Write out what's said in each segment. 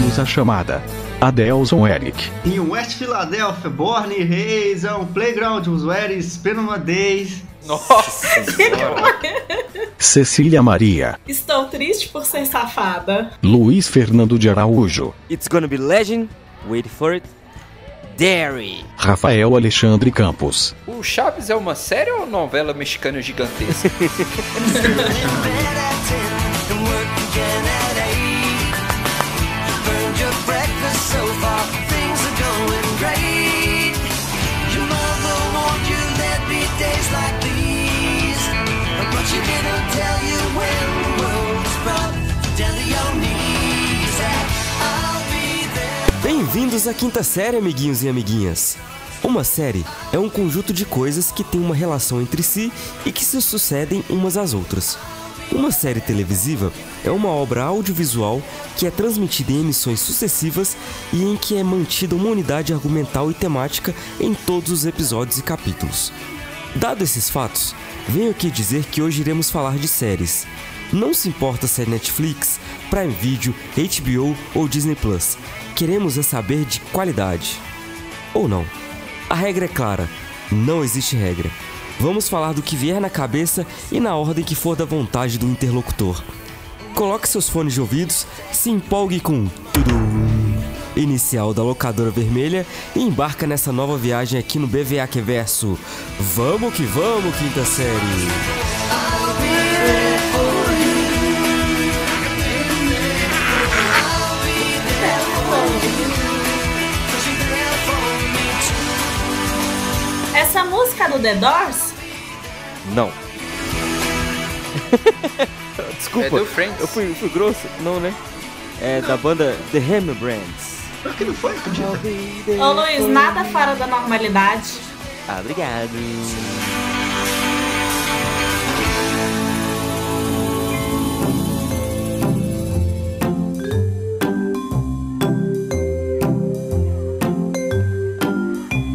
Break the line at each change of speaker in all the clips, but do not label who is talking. fez a chamada. Adelson Eric.
Em West Philadelphia, Born and Reis é um playground where is Penuma Days.
Nossa senhora.
Cecília Maria.
Estou triste por ser safada.
Luiz Fernando de Araújo.
It's gonna be legend. Wait for it. Derry.
Rafael Alexandre Campos.
O Chaves é uma série ou novela mexicana gigantesca?
Bem-vindos à quinta série, amiguinhos e amiguinhas. Uma série é um conjunto de coisas que tem uma relação entre si e que se sucedem umas às outras. Uma série televisiva é uma obra audiovisual que é transmitida em emissões sucessivas e em que é mantida uma unidade argumental e temática em todos os episódios e capítulos. Dado esses fatos, venho aqui dizer que hoje iremos falar de séries. Não se importa se é Netflix, Prime Video, HBO ou Disney Plus. Queremos é saber de qualidade. Ou não. A regra é clara, não existe regra. Vamos falar do que vier na cabeça e na ordem que for da vontade do interlocutor. Coloque seus fones de ouvidos, se empolgue com um tudum inicial da locadora vermelha e embarca nessa nova viagem aqui no BVAQ Verso. Vamos que vamos, quinta série!
Essa música do The Doors?
Não.
É
Desculpa,
do Friends.
eu fui, eu fui grosso? Não, né? É da banda The Rembrandts.
Pior que não foi, acredita?
Ô Luiz, nada fora da normalidade.
Ah, obrigado.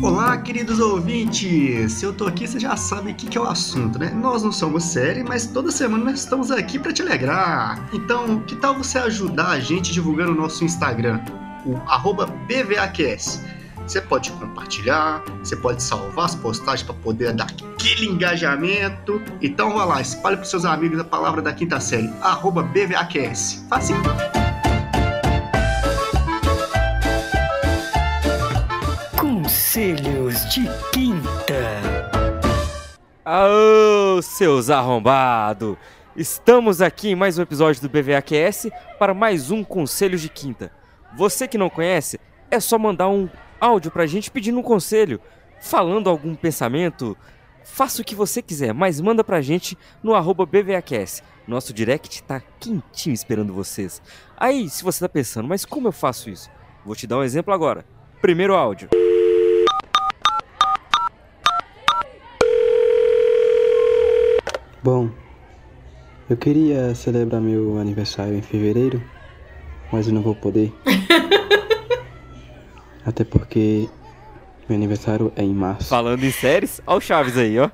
Olá, queridos ouvintes! Se eu tô aqui, vocês já sabem o que, que é o assunto, né? Nós não somos série, mas toda semana nós estamos aqui pra te alegrar. Então, que tal você ajudar a gente divulgando o nosso Instagram, o arroba PVAQS? Você pode compartilhar, você pode salvar as postagens pra poder dar aquele engajamento. Então, vai lá, espalhe pros seus amigos a palavra da quinta série, arroba BVAQS. Facinho!
Conselhos de Quinta.
Aô, seus arrombado! Estamos aqui em mais um episódio do BVAQS para mais um Conselho de Quinta. Você que não conhece, é só mandar um áudio pra gente pedindo um conselho, falando algum pensamento. Faça o que você quiser, mas manda pra gente no arroba BVAQS. Nosso direct tá quentinho esperando vocês. Aí, se você tá pensando, mas como eu faço isso? Vou te dar um exemplo agora. Primeiro áudio.
Bom, eu queria celebrar meu aniversário em fevereiro, mas eu não vou poder. Até porque meu aniversário é em março.
Falando em séries, ó o Chaves aí, ó.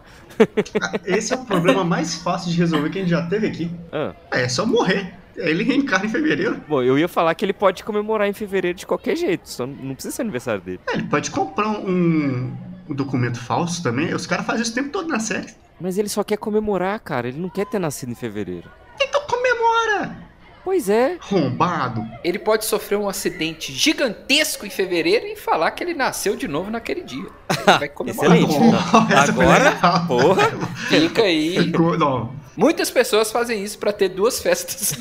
Esse é o problema mais fácil de resolver que a gente já teve aqui.
Ah.
É só morrer. Ele reencarna em fevereiro.
Bom, eu ia falar que ele pode comemorar em fevereiro de qualquer jeito, só não precisa ser aniversário dele.
É, ele pode comprar um, um documento falso também. Os caras fazem isso o tempo todo na série.
Mas ele só quer comemorar, cara, ele não quer ter nascido em fevereiro.
Então comemora!
Pois é,
Rombado!
Ele pode sofrer um acidente gigantesco em fevereiro e falar que ele nasceu de novo naquele dia. Ele vai comemorar.
Excelente. Agora, porra.
Fica aí.
Agora? Não.
Muitas pessoas fazem isso pra ter duas festas.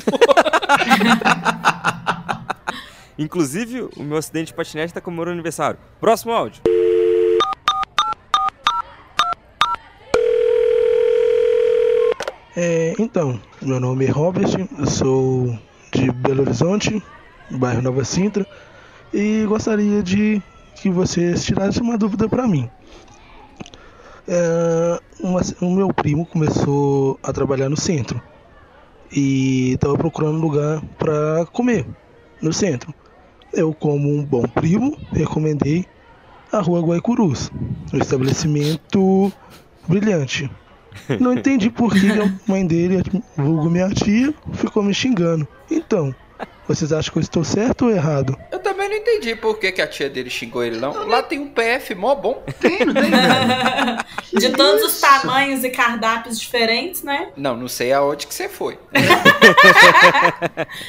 inclusive o meu acidente de patinete tá comemorando aniversário. Próximo áudio.
É, então, meu nome é Robert, eu sou de Belo Horizonte, bairro Nova Sintra, e gostaria de que vocês tirassem uma dúvida para mim. É, uma- o meu primo começou a trabalhar no centro e estava procurando lugar para comer no centro. Eu, como um bom primo, recomendei a Rua Guaicurus, um estabelecimento brilhante. Não entendi por que a mãe dele, vulgo minha tia, ficou me xingando. Então, Vocês acham que eu estou certo ou errado?
Eu também não entendi por que, que a tia dele xingou ele, não. Lá tem um PF mó bom.
Tem, não tem, velho? Que
De todos os
isso?
tamanhos e cardápios diferentes, né?
Não, não sei aonde que você foi.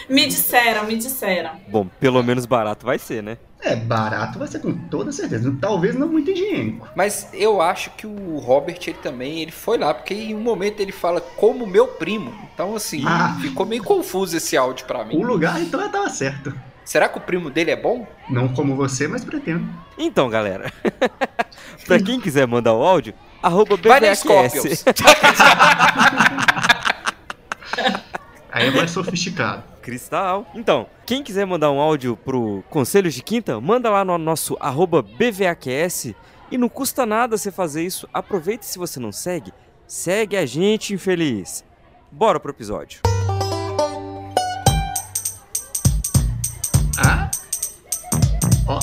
Me disseram, me disseram.
Bom, pelo menos barato vai ser, né?
É, barato vai ser com toda certeza. Talvez não muito higiênico.
Mas eu acho que o Robert, ele também, ele foi lá, porque em um momento ele fala como meu primo. Então, assim,
Ah.
ficou meio confuso esse áudio pra mim.
O lugar, então, já tava certo.
Será que o primo dele é bom?
Não como você, mas pretendo.
Então, galera, pra quem quiser mandar o áudio, arroba
Vai na
BVQS.
Scorpions.
Aí é mais sofisticado.
Cristal. Então, quem quiser mandar um áudio pro Conselhos de Quinta, manda lá no nosso arroba BVAQS. E não custa nada você fazer isso. Aproveita se você não segue. Segue a gente, infeliz. Bora pro episódio.
Ah? Ó.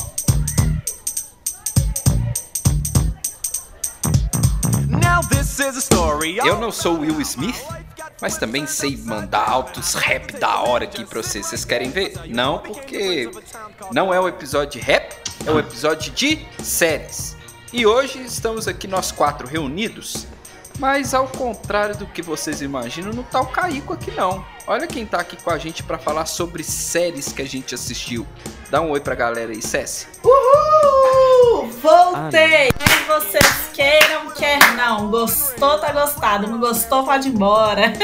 Eu não sou o Will Smith, mas também sei mandar altos rap da hora aqui pra vocês. Vocês querem ver? Não, porque não é um episódio de rap, é um episódio de séries. E hoje estamos aqui nós quatro reunidos, mas ao contrário do que vocês imaginam, não tá o Caico aqui não. Olha quem tá aqui com a gente pra falar sobre séries que a gente assistiu. Dá um oi pra galera aí, Céssi.
Uh, voltei! Se Ah, vocês queiram, quer não. Gostou, tá gostado. Não gostou, pode ir embora.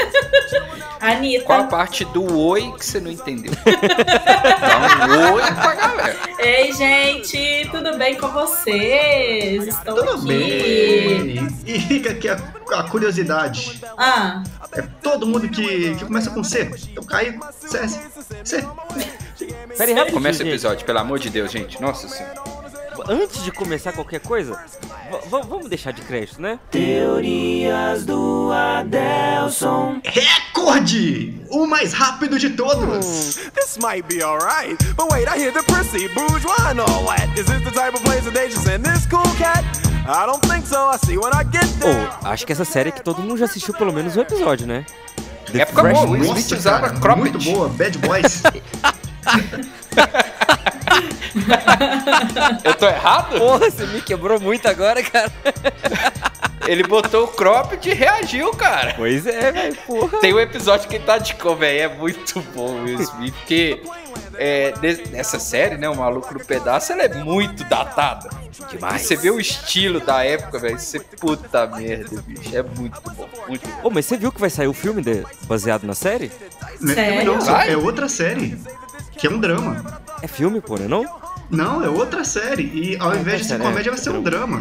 Qual a
Anitta.
parte do oi que você não entendeu? Dá um oi pra galera.
Ei, gente, tudo bem com vocês? Estou
Tudo
aqui.
bem. E fica aqui a, a curiosidade.
Ah,
É todo mundo que, que começa com C. Então caiu. C, C.
Pera aí, rapidinho,
Começa o
gente.
episódio, pelo amor de Deus, gente. Nossa senhora.
Antes de começar qualquer coisa, v- v- vamos deixar de crédito, né?
Recorde! O mais rápido de todos.
This might be alright, but wait, I hear the prissy bourgeois and all that. Is this the type of place that they should send this cool cat? I don't think so. I see when I get there.
Ou, acho que essa série que todo mundo já assistiu pelo menos um episódio, né? The
É porque
Fresh
é boa, Will Smith
Nossa,
usava
cara,
cropped.
muito boa. Bad Boys.
Eu tô errado?
Porra, você me quebrou muito agora, cara.
Ele botou o cropped e reagiu, cara.
Pois é, velho, porra.
Tem um episódio que ele tá de cor, velho. É muito bom o Will Smith, porque é, de- nessa série, né, o Maluco no Pedaço, ela é muito datada. Demais. Você vê o estilo da época, velho, você puta merda, bicho. É muito bom, muito bom.
Ô, mas você viu que vai sair o filme de- baseado na série?
Não é filme,
Sério?
não,
Vai?
é outra série. Que é um drama.
É filme, pô, né não?
Não, é outra série. E ao invés de ser
sério,
comédia,
é
vai ser um drama.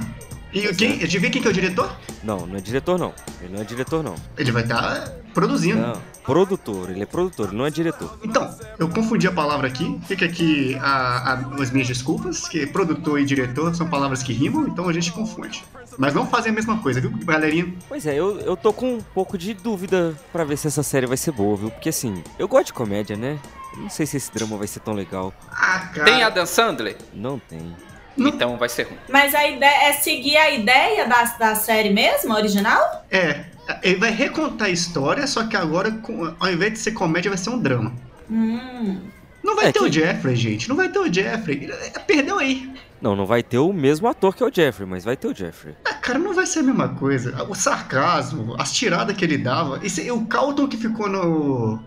E quem, adivinha quem que é o diretor?
Não, não é diretor, não. Ele não é diretor, não.
Ele vai estar produzindo.
Não, produtor. Ele é produtor, ele não é diretor.
Então, eu confundi a palavra aqui. Fica aqui a- a- as minhas desculpas, que produtor e diretor são palavras que rimam, então a gente confunde. Mas não fazem a mesma coisa, viu, galerinha?
Pois é, eu, eu tô com um pouco de dúvida pra ver se essa série vai ser boa, viu? Porque assim, eu gosto de comédia, né? Não sei se esse drama vai ser tão legal.
Ah, cara.
Tem Adam Sandler?
Não tem.
Não.
Então vai ser ruim.
mas a ideia é seguir a ideia da, da série mesmo, a original?
É, ele vai recontar a história, só que agora, com- ao invés de ser comédia, vai ser um drama.
Hum.
Não vai
É
ter
que-
o Jeffrey, gente. Não vai ter o Jeffrey. Ele- é, Perdeu aí.
Não, não vai ter o mesmo ator que é o Jeffrey, mas vai ter o Jeffrey.
Ah, cara, não vai ser a mesma coisa. O sarcasmo, as tiradas que ele dava. Esse, o Calton que ficou no.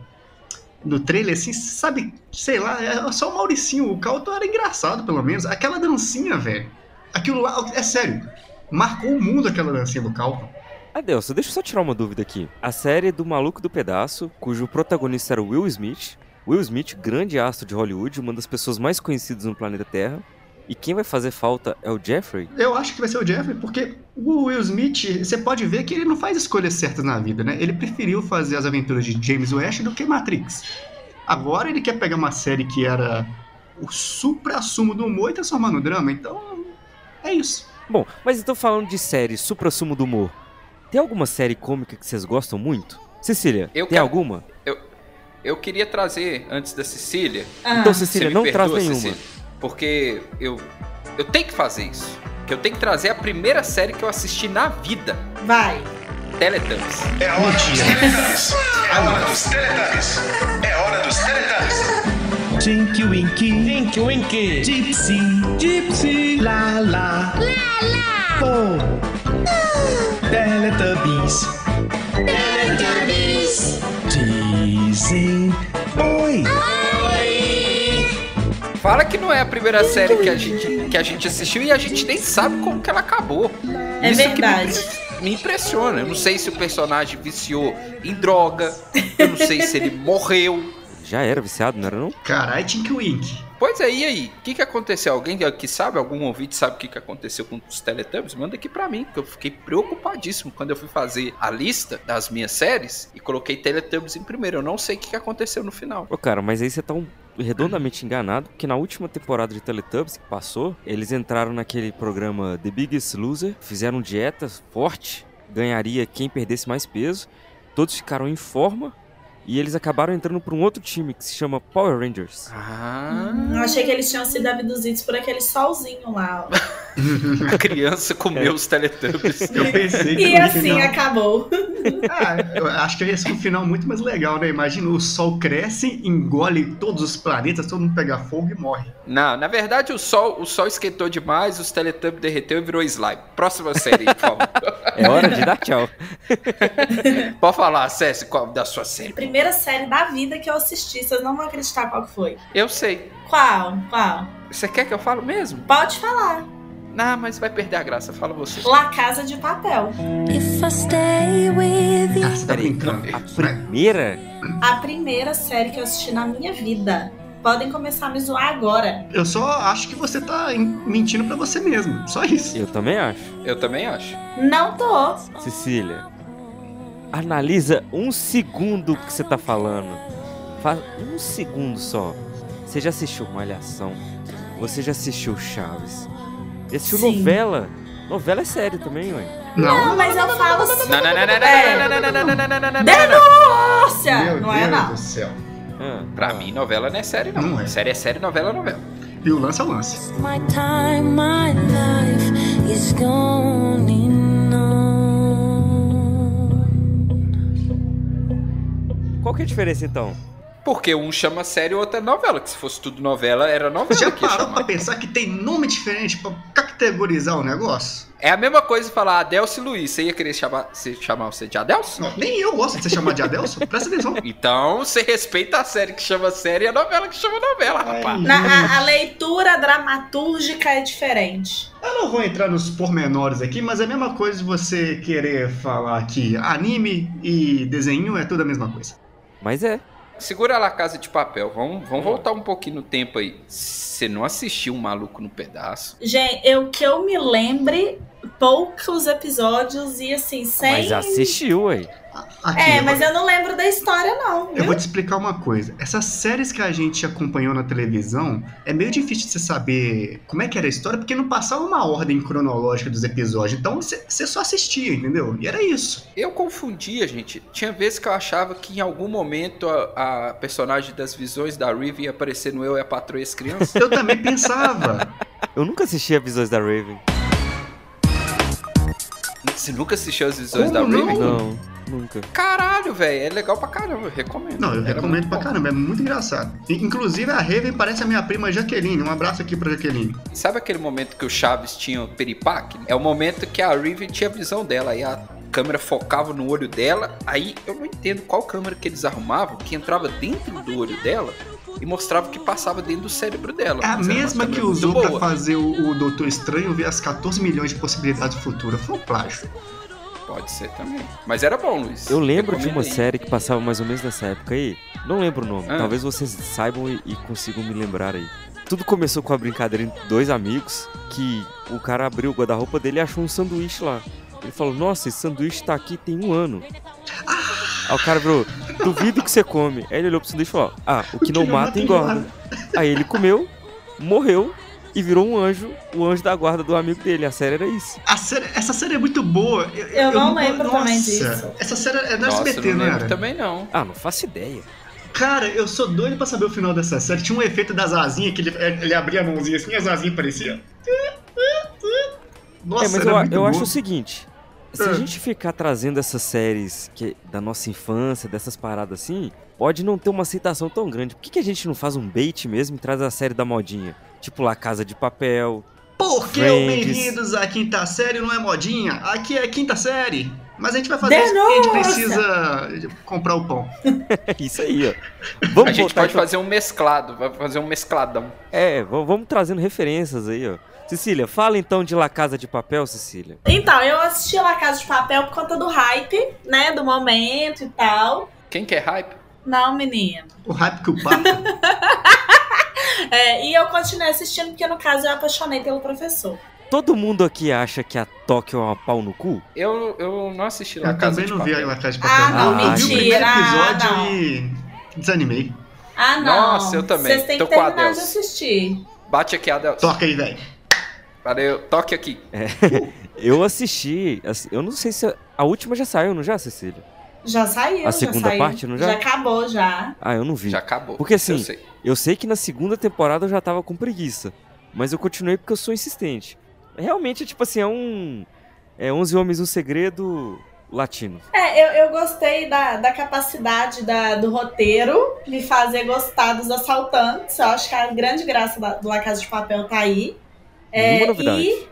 No trailer, assim, sabe, sei lá, é só o Mauricinho. O Calton era engraçado, pelo menos. Aquela dancinha, velho. Aquilo lá, é sério. Marcou o mundo aquela dancinha do Calton.
Adeus, deixa eu só tirar uma dúvida aqui. A série do Maluco do Pedaço, cujo protagonista era o Will Smith. Will Smith, grande astro de Hollywood, uma das pessoas mais conhecidas no planeta Terra. E quem vai fazer falta é o Jeffrey?
Eu acho que vai ser o Jeffrey, porque o Will Smith, você pode ver que ele não faz escolhas certas na vida, né? Ele preferiu fazer as aventuras de James West do que Matrix. Agora ele quer pegar uma série que era o supra-sumo do humor e transformar no drama, então é isso.
Bom, mas então falando de série supra-sumo do humor, tem alguma série cômica que vocês gostam muito? Cecília,
Eu
tem
quero-
alguma?
Eu queria trazer, antes da Cecília,
Ah.
Então,
Você
Cecília,
me
não
perdoa,
traz nenhuma.
Cecília, porque eu, eu tenho que fazer isso. Que eu tenho que trazer a primeira série que eu assisti na vida.
Vai.
Teletubbies.
Mentira.
É hora dos Teletubbies! É hora dos Teletubbies! Tinky Winky,
Tinky Winky,
Gypsy, Gypsy, La La,
La La,
Oh, Teletubbies,
Teletubbies,
dizem Oi.
Fala que não é a primeira série que a gente, que a gente assistiu e a gente nem sabe como que ela acabou.
É verdade.
Que me, me impressiona. Eu não sei se o personagem viciou em droga, eu não sei se ele morreu.
Já era viciado, não era não?
Caralho, Tink Wink.
Pois é, e aí? O que, que aconteceu? Alguém que sabe, algum ouvinte sabe o que, que aconteceu com os Teletubbies? Manda aqui pra mim, que eu fiquei preocupadíssimo quando eu fui fazer a lista das minhas séries e coloquei Teletubbies em primeiro. Eu não sei o que, que aconteceu no final.
Ô, cara, mas aí você tá um redondamente enganado, porque na última temporada de Teletubbies que passou, eles entraram naquele programa The Biggest Loser, fizeram dieta forte, ganharia quem perdesse mais peso, todos ficaram em forma e eles acabaram entrando para um outro time que se chama Power Rangers.
Ah.
Hum, eu achei que eles tinham sido abduzidos por aquele solzinho lá. ó.
A criança comeu os Teletubbies.
Eu pensei que
E
no
assim
final-
acabou.
Ah, eu acho que esse é um final muito mais legal, né? Imagina o sol cresce, engole todos os planetas, todo mundo pega fogo e morre.
Não, na verdade o sol, o sol esquentou demais, os Teletubbies derreteu e virou slime. Próxima série, por favor.
É hora de dar tchau.
Pode falar, César, qual da sua série?
Primeira série da vida que eu assisti, vocês não vão acreditar qual que foi.
Eu sei.
Qual? Qual?
Você quer que eu falo mesmo?
Pode falar.
Não, mas vai perder a graça. Fala você.
La Casa de Papel.
If I stay with you.
Ah, você tá brincando.
A primeira?
A primeira série que eu assisti na minha vida. Podem começar a me zoar agora.
Eu só acho que você tá em- mentindo pra você mesmo. Só isso.
Eu também acho.
Eu também acho.
Não tô.
Cecília, analisa um segundo que você tá falando. Faz um segundo só. Você já assistiu Malhação? Você já assistiu Chaves? Já assistiu
Sim.
novela? Novela é sério também, ué.
Não, mas eu falo assim.
Não, não, não, não,
É.
não, não, não, não, não, não, não, não, não, não, não.
Denúncia! não é não.
do céu.
Ah,
Pra mim, novela não é série, não.
Não é.
Série é série, novela é novela.
E o lance é o lance.
My time, my life is gone in on.
Qual que é a diferença então?
Porque um chama série e o outro é novela. Que se fosse tudo novela, era novela
Já
que ia
parou pra
chamar.
pensar que tem nome diferente pra categorizar o negócio?
É a mesma coisa falar Adelcio e Luiz. Você ia querer chamar, se chamar você de Adelcio?
Não, nem eu gosto de ser chamado de Adelson. Presta atenção.
Então, você respeita a série que chama série e a novela que chama novela, rapaz.
Na- a, a leitura dramatúrgica é diferente.
Eu não vou entrar nos pormenores aqui, mas é a mesma coisa de você querer falar que anime e desenho é tudo a mesma coisa.
Mas é.
Segura lá a Casa de Papel. Vamos, vamos voltar um pouquinho no tempo aí. Você não assistiu um maluco no pedaço?
Gente, eu que eu me lembre, poucos episódios e assim, sem.
é
Mas assistiu, ué.
A- Aqui,
É,
eu-
mas eu não lembro da história, não.
Eu
Viu?
vou te explicar uma coisa. Essas séries que a gente acompanhou na televisão, é meio difícil de você saber como é que era a história, porque não passava uma ordem cronológica dos episódios. Então você você só assistia, entendeu? E era isso.
Eu confundia, gente. Tinha vezes que eu achava que em algum momento a, a personagem das visões da Riven ia aparecer no Eu e a Patroa e as Crianças.
Eu também pensava.
Eu nunca assisti episódios da Raven.
Você nunca assistiu as visões
Como
da Riven?
Não, nunca.
Caralho, velho. É legal pra caramba. Eu recomendo.
Não, eu
Era
recomendo
muito
pra
bom.
caramba, é muito engraçado. E, inclusive a Raven parece a minha prima Jaqueline. Um abraço aqui pra Jaqueline.
Sabe aquele momento que o Chaves tinha o peripaque? É o momento que a Riven tinha a visão dela e a câmera focava no olho dela. Aí eu não entendo qual câmera que eles arrumavam que entrava dentro do olho dela e mostrava o que passava dentro do cérebro dela.
É a
Mas era uma
mesma que
câmera muito
usou pra
boa.
fazer o, o Doutor Estranho ver as 14 milhões de possibilidades do futuro. Foi um plágio.
Pode ser também. Mas era bom, Luiz.
Eu lembro de
Recomendo
uma
aí.
série que passava mais ou menos nessa época aí. Não lembro o nome.
Ah.
Talvez vocês saibam e, e consigam me lembrar aí. Tudo começou com a brincadeira entre dois amigos que o cara abriu o guarda-roupa dele e achou um sanduíche lá. Ele falou: Nossa, esse sanduíche tá aqui tem um ano. Aí o cara virou: Duvido que você come. Aí ele olhou pro sanduíche e falou: Ah, o que não mata engorda. Aí ele comeu, morreu e virou um anjo, o anjo da guarda do amigo dele. A série era isso.
A série- essa série é muito boa. Eu,
Eu não lembro
nossa,
também disso.
Essa série é do
Nossa,
SBT,
eu não
não
lembro
era?
também não.
Ah, não faço ideia.
Cara, eu sou doido pra saber o final dessa série. Tinha um efeito das asinhas que ele, ele abria a mãozinha assim e as asinhas pareciam. Nossa,
é, mas
era
eu,
muito
eu
bom.
acho o seguinte: Se
Ah.
a gente ficar trazendo essas séries que, da nossa infância, dessas paradas assim, pode não ter uma aceitação tão grande. Por que, que a gente não faz um bait mesmo e traz a série da modinha? Tipo lá Casa de Papel.
Porque o
Friends.
Bem-vindos à Quinta Série não é modinha, aqui é Quinta Série. Mas a gente vai fazer
Denúncia!
isso porque a gente precisa comprar o pão.
É Isso aí, ó.
a gente
botar,
pode
então-
fazer um mesclado, vai fazer um mescladão.
É, v- vamos trazendo referências aí, ó. Cecília, fala então de La Casa de Papel, Cecília.
Então, eu assisti La Casa de Papel por conta do hype, né? Do momento e tal.
Quem quer hype?
Não, menino.
O hype que o papo.
É, e eu continuei assistindo porque, no caso, eu apaixonei pelo professor.
Todo mundo aqui acha que a Tóquio é uma pau no cu?
Eu, eu não assisti lá
Eu
Casa
também
de
não vi
Papel.
a La Casa de Papel.
Ah, não,
eu vi o primeiro
mentira, ah,
episódio
não.
e desanimei.
Ah, não.
Nossa, eu também.
Vocês têm
Tô
que
com a
terminar de
Deus.
assistir.
Bate aqui, Adelson.
Toca aí, velho.
Valeu, toque aqui.
Eu assisti, assi- eu não sei se a, a última já saiu, não já, Cecília?
Já saiu,
A
já
segunda
saiu.
parte, não já?
Já acabou, já.
Ah, eu não vi.
Já acabou.
Porque assim,
eu sei.
Eu sei que na segunda temporada eu já tava com preguiça, mas eu continuei porque eu sou insistente. Realmente, tipo assim, é um é 11 homens um segredo latino.
É, eu, eu gostei da, da capacidade da, do roteiro me fazer gostar dos assaltantes. Eu acho que a grande graça da, do La Casa de Papel tá aí.
Nenhuma novidade.
É, E...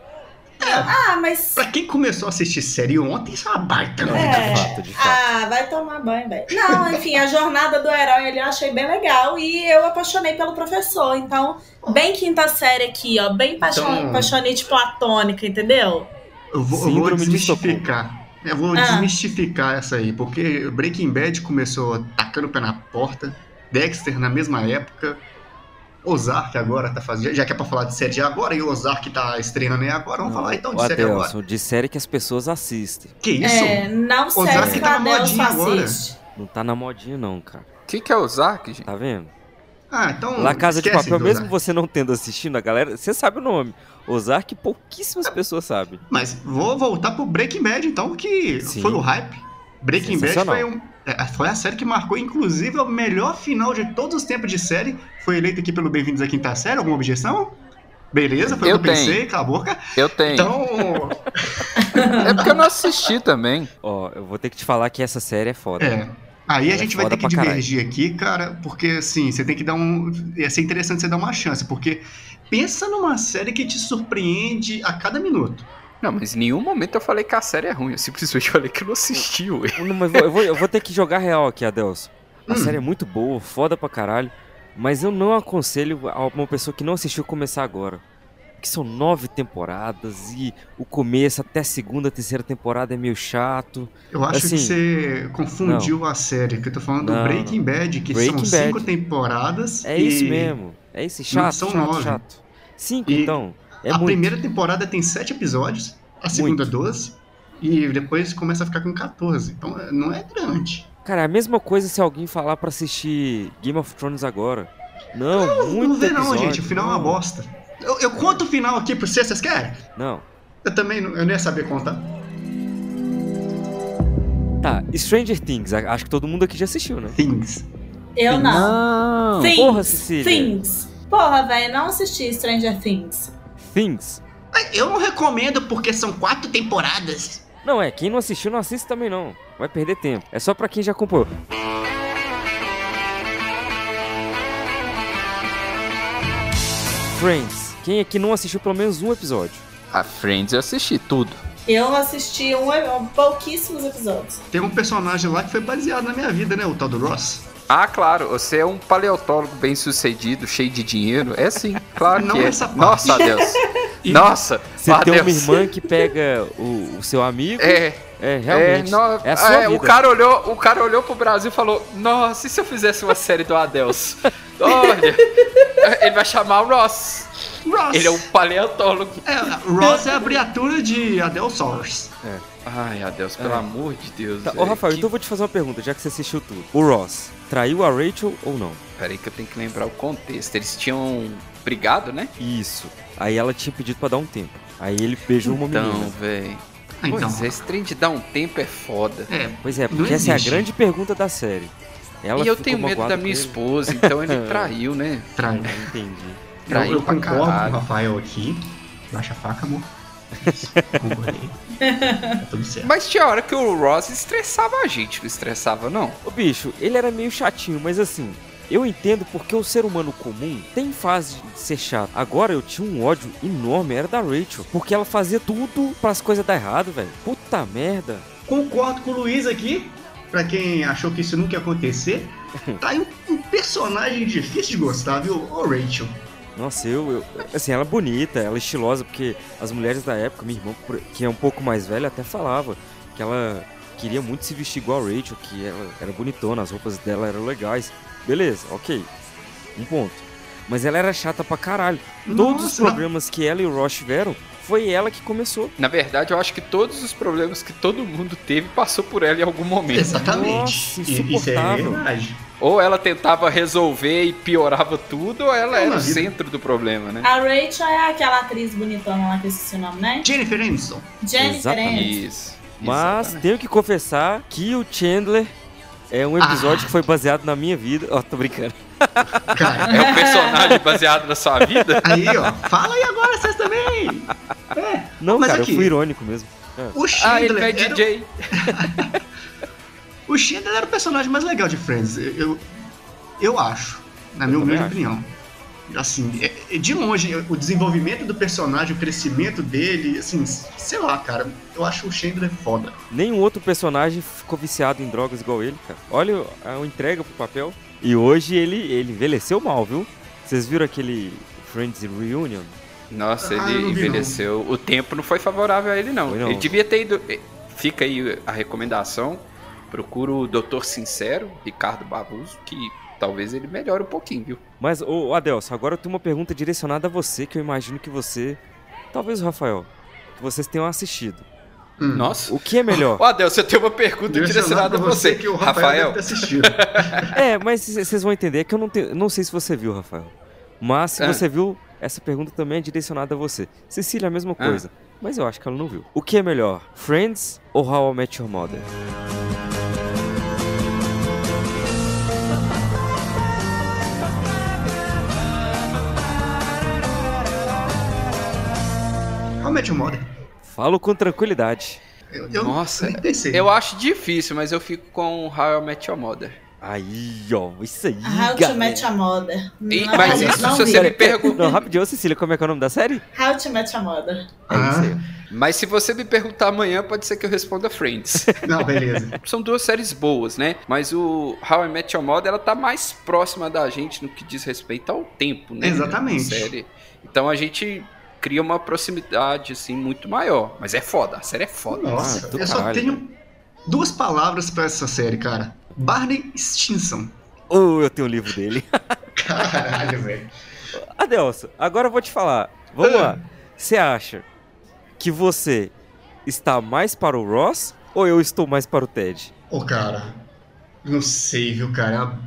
Ah, mas.
Pra quem começou a assistir série ontem, isso é uma baita
Não,
novidade.
de fato, de fato.
Ah, vai tomar banho, velho. Não, enfim, a jornada do herói ali eu achei bem legal e eu apaixonei pelo professor. Então, bem quinta série aqui, ó. Bem paixo-
Então-
paixonite platônica, entendeu?
Eu vou, eu vou
Síndrome de
desmistificar. Eu vou
Ah.
desmistificar essa aí, porque Breaking Bad começou tacando o pé na porta, Dexter na mesma época, Ozark agora tá fazendo. Já que é pra falar de série de agora e Ozark tá estreando aí agora, vamos
Não,
falar então
o
de série agora.
Adelson, de série que as pessoas assistem.
Que isso?
É, não
Ozark
série que
tá na
a Deus
modinha agora.
assiste.
Não tá na modinha não, cara.
O que, que é Ozark, gente?
Tá vendo?
Ah, então.
La Casa de
esquece
Papel,
do
mesmo
Ozark.
você não tendo assistido, a galera, você sabe o nome. Ozark pouquíssimas pessoas sabem.
Mas vou voltar pro Breaking Bad, então, que
Sim.
foi o hype. Breaking Bad
Sensacional.
foi, um, é, foi a série que marcou, inclusive, o melhor final de todos os tempos de série. Foi eleito aqui pelo Bem-vindos à Quinta Série. Alguma objeção? Beleza, foi
Eu
o que eu
tenho.
pensei, cala a boca.
Eu tenho.
Então,
É porque eu não assisti também.
Ó, eu vou ter que te falar que essa série é foda.
é. Aí a
É
gente vai
foda
ter que
pra caralho.
divergir aqui, cara, porque assim, você tem que dar um. Ia ser interessante você dar uma chance, porque pensa numa série que te surpreende a cada minuto.
Não, mas em nenhum momento eu falei que a série é ruim. Eu simplesmente falei que eu não assisti, ué.
Não, mas eu, vou, eu vou ter que jogar real aqui, Adelson. A
Hum.
série é muito boa, foda pra caralho. Mas eu não aconselho a uma pessoa que não assistiu começar agora. Porque são nove temporadas e o começo até a segunda, terceira temporada é meio chato.
Eu acho
Assim,
que você confundiu a série, que eu tô falando do
Não,
Breaking Bad, que
Breaking
são cinco
Bad.
temporadas.
É
e
isso mesmo. É isso, chato,
são
chato,
nove.
chato. Cinco,
E
então. É
a
muito.
primeira temporada tem sete episódios, a segunda
Muito.
12, e depois começa a ficar com 14. Então é- não é grande.
Cara, é a mesma coisa se alguém falar pra assistir Game of Thrones agora. Não, muito
não vê não,
episódio,
gente. O final é uma
não.
bosta. Eu, eu conto o final aqui pra vocês, vocês querem?
Não.
Eu também não, eu não ia saber contar.
Tá, Stranger Things, a- acho que todo mundo aqui já assistiu, né?
Things.
Eu não.
Não.
Things,
Porra, Cecília.
Things. Porra, velho, não assisti Stranger Things.
Things.
Mas Eu não recomendo porque são quatro temporadas.
Não, é, quem não assistiu não assiste também não. Vai perder tempo. É só pra quem já acompanhou. Friends. Quem aqui não assistiu pelo menos um episódio?
A Friends eu assisti tudo.
Eu assisti um, um- pouquíssimos episódios.
Tem um personagem lá que foi baseado na minha vida, né? O tal do Ross.
Ah, claro, você é um paleontólogo bem sucedido, cheio de dinheiro. É sim, claro
Não
que é.
essa parte.
Nossa, Deus.
E-
Nossa,
Você
ah,
tem uma
Deus.
irmã que pega o, o seu amigo. É,
É, é,
realmente.
no-
é a sua
é, o
vida.
cara olhou, o cara olhou pro Brasil e falou: "Nossa, e se eu fizesse uma série do Adeus?" Olha, ele vai chamar o Ross.
Ross!
Ele é um paleontólogo.
É, Ross é a abreviatura de Adelsaurus.
Ai, Adeus, pelo
É.
amor de Deus.
Tá, ô,
velho,
Rafael,
que-
então eu vou te fazer uma pergunta, já que você assistiu tudo. O Ross traiu a Rachel ou não?
Peraí que eu tenho que lembrar o contexto. Eles tinham brigado, né?
Isso. Aí ela tinha pedido pra dar um tempo. Aí ele beijou uma
Então,
menina.
velho.
Ah, Então,
Pois é, esse trem de dar um tempo é foda.
é,
Pois é,
Não
porque essa é a
existe.
grande pergunta da série. Ela
e eu
ficou
tenho medo
magoada
da minha
com ele.
esposa, então ele traiu, né?
trai.
Entendi.
Eu,
Traiu
eu
pra
concordo com o
caralho.
Rafael aqui. Baixa a faca, amor. Tá
Mas tinha hora que o Ross estressava a gente, não estressava, não.
Ô bicho, ele era meio chatinho, mas assim, eu entendo porque o ser humano comum tem fase de ser chato. Agora eu tinha um ódio enorme, era da Rachel, porque ela fazia tudo para as coisas dar errado, velho. Puta merda.
Concordo com o Luiz aqui. Pra quem achou que isso nunca ia acontecer, tá aí um, um personagem difícil de gostar, viu? Ô Rachel.
Nossa, eu, eu- Assim, ela é bonita, ela é estilosa, porque as mulheres da época, minha irmã, por- que é um pouco mais velha, até falava que ela queria muito se vestir igual a Rachel, que ela era bonitona, as roupas dela eram legais. Beleza, ok. Um ponto. Mas ela era chata pra caralho. Todos os
Nossa.
problemas que ela e o Ross tiveram, foi ela que começou.
Na verdade, eu acho que todos os problemas que todo mundo teve passou por ela em algum momento.
é
Nossa, insuportável.
Ou ela tentava resolver e piorava tudo, ou ela
É
era
uma
o
vida.
centro do problema, né?
A Rachel é aquela atriz bonitona lá que eu esqueci o nome, né?
Jennifer Aniston.
Jennifer Aniston.
Isso.
Mas tenho que confessar que o Chandler é um
Ah.
episódio que foi baseado na minha vida. Ó, tô brincando.
É um personagem baseado na sua vida?
Aí, ó, fala aí agora vocês também!
Não,
Mas
cara,
aqui-
eu fui irônico mesmo. É.
O
Ah, ele
Chandler.
não é
era-
DJ.
O Chandler era o personagem mais legal de Friends, eu, eu, eu acho, na minha humilde
acho.
opinião. Assim, é- é de longe, o desenvolvimento do personagem, o crescimento dele, assim, sei lá, cara, eu acho o Chandler foda.
Nenhum outro personagem ficou viciado em drogas igual ele, cara. Olha a a entrega pro papel. E hoje ele, ele envelheceu mal, viu? Vocês viram aquele Friends Reunion?
Nossa,
Ah,
ele
eu não vi,
envelheceu. O tempo não foi favorável a ele, não.
Foi não.
Ele devia ter ido. eh, Fica aí a recomendação. Procura o Doutor Sincero, Ricardo Babuso, que talvez ele melhore um pouquinho, viu?
Mas, ô ô, Adelson, agora eu tenho uma pergunta direcionada a você que eu imagino que você, talvez o Rafael, que vocês tenham assistido.
Hum.
Nossa.
O que é melhor?
Ó, Adelson, eu tenho uma pergunta direcionada a você.
que o Rafael, deve ter assistido.
é, mas c- vocês vão entender é que eu não, tenho, não sei se você viu, Rafael. Mas se
Ah.
você viu, essa pergunta também é direcionada a você. Cecília, a mesma
Ah.
coisa. Mas eu acho que ela não viu. O que é melhor, Friends ou How I Met Your Mother?
Realmente o Mother.
Falo com tranquilidade.
Eu
Nossa,
nem pensei.
eu acho difícil, mas eu fico com o How I Met Your Mother.
Aí, ó, isso aí.
How to
galera.
Met a Moda.
E-
Não,
mas
eu
isso
não
se
vi.
você me perguntar.
Não, rapidinho, Cecília, como é que é o nome da série?
How to Met a Moda.
Mas se você me perguntar amanhã, pode ser que eu responda Friends.
Não, beleza.
São duas séries boas, né? Mas o How I Met Your Mother, ela tá mais próxima da gente no que diz respeito ao tempo, né?
Exatamente.
Da série. Então a gente cria uma proximidade, assim, muito maior. Mas é foda, a série é foda.
Nossa,
Ah, do
eu só
caralho.
tenho duas palavras pra essa série, cara. Barney Stinson.
Ou eu tenho o livro dele.
Caralho, velho.
Adelson, agora eu vou te falar. Vamos
Ah.
lá. Você acha que você está mais para o Ross ou eu estou mais para o Ted?
Ô, cara, não sei, viu, cara?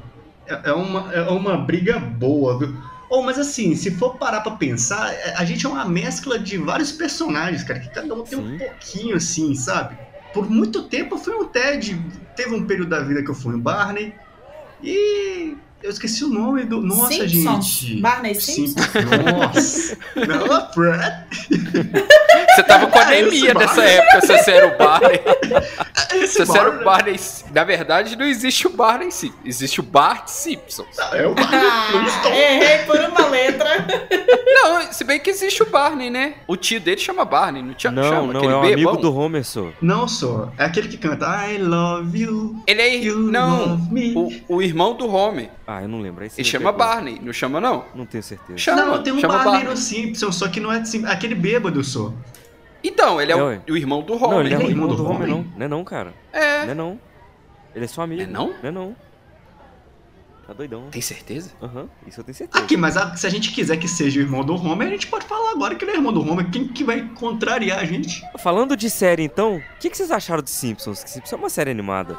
É, é uma, é uma briga boa, viu? Ô, mas assim, se for parar pra pensar, é- a gente é uma mescla de vários personagens, cara, que cada um tem um pouquinho, assim, sabe? Por muito tempo eu fui um Ted, teve um período da vida que eu fui um Barney, e eu esqueci o nome do... Nossa,
Simpsons.
gente!
Barney Simpson.
Nossa! Não, é Brad.
Você tava com
Ah, esse
anemia
Barney.
nessa época, se você era o Barney. Se
é Esse
você era
Barney,
o Barney... Na verdade, não existe o Barney Simpson. Existe o Bart Simpson.
é o Barney Stinson.
Ah, Errei por uma letra.
Não, se bem que existe o Barney, né? O tio dele chama Barney, não tinha
Não,
chama
não,
aquele
é um
bebão?
amigo do Homer, só.
Não só, é aquele que canta I love you,
Ele é.
you
Não,
love me.
o, o irmão do Homer.
Ah, eu não lembro. Aí você
Ele
me
chama
pegou.
Barney, não chama não?
Não tenho certeza.
Chama,
não, tem um
chama
Barney
Barney.
no Simpsons, só que não é Sim- aquele bêbado só.
Então, ele é,
É,
o,
ué.
o irmão do
Não,
Homer.
ele não é
Ele é
irmão
irmão
do
do
Homer, não.
Homer?
Não é não, cara.
É.
Não é não. Ele é só amigo.
É não?
Não é não. Tá doidão.
Tem Ah, certeza?
Aham, isso eu tenho certeza.
Aqui, mas a- se a gente quiser que seja o irmão do Homer, a gente pode falar agora que ele é irmão do Homer. Quem que vai contrariar a gente?
Falando de série, então, o que, que vocês acharam de Simpsons? Que Simpsons é uma série animada.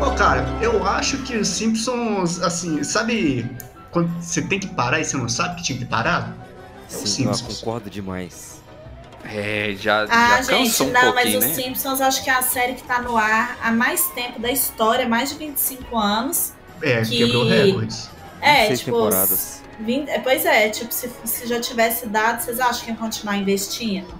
Ó, cara, eu acho que os Simpsons, assim, sabe quando você tem que parar e você não sabe que tinha que parar? É o
eu
Simpsons.
concordo demais.
É, já,
Ah,
já
gente,
cansou um
não, mas
pouquinho,
os
né?
Simpsons acho que é a série que tá no ar há mais tempo da história, mais de 25 anos.
É,
Que-
quebrou recordes.
É,
26
tipo,
temporadas.
vin- é, Pois é, tipo, se, se já tivesse dado, vocês acham que iam continuar investindo?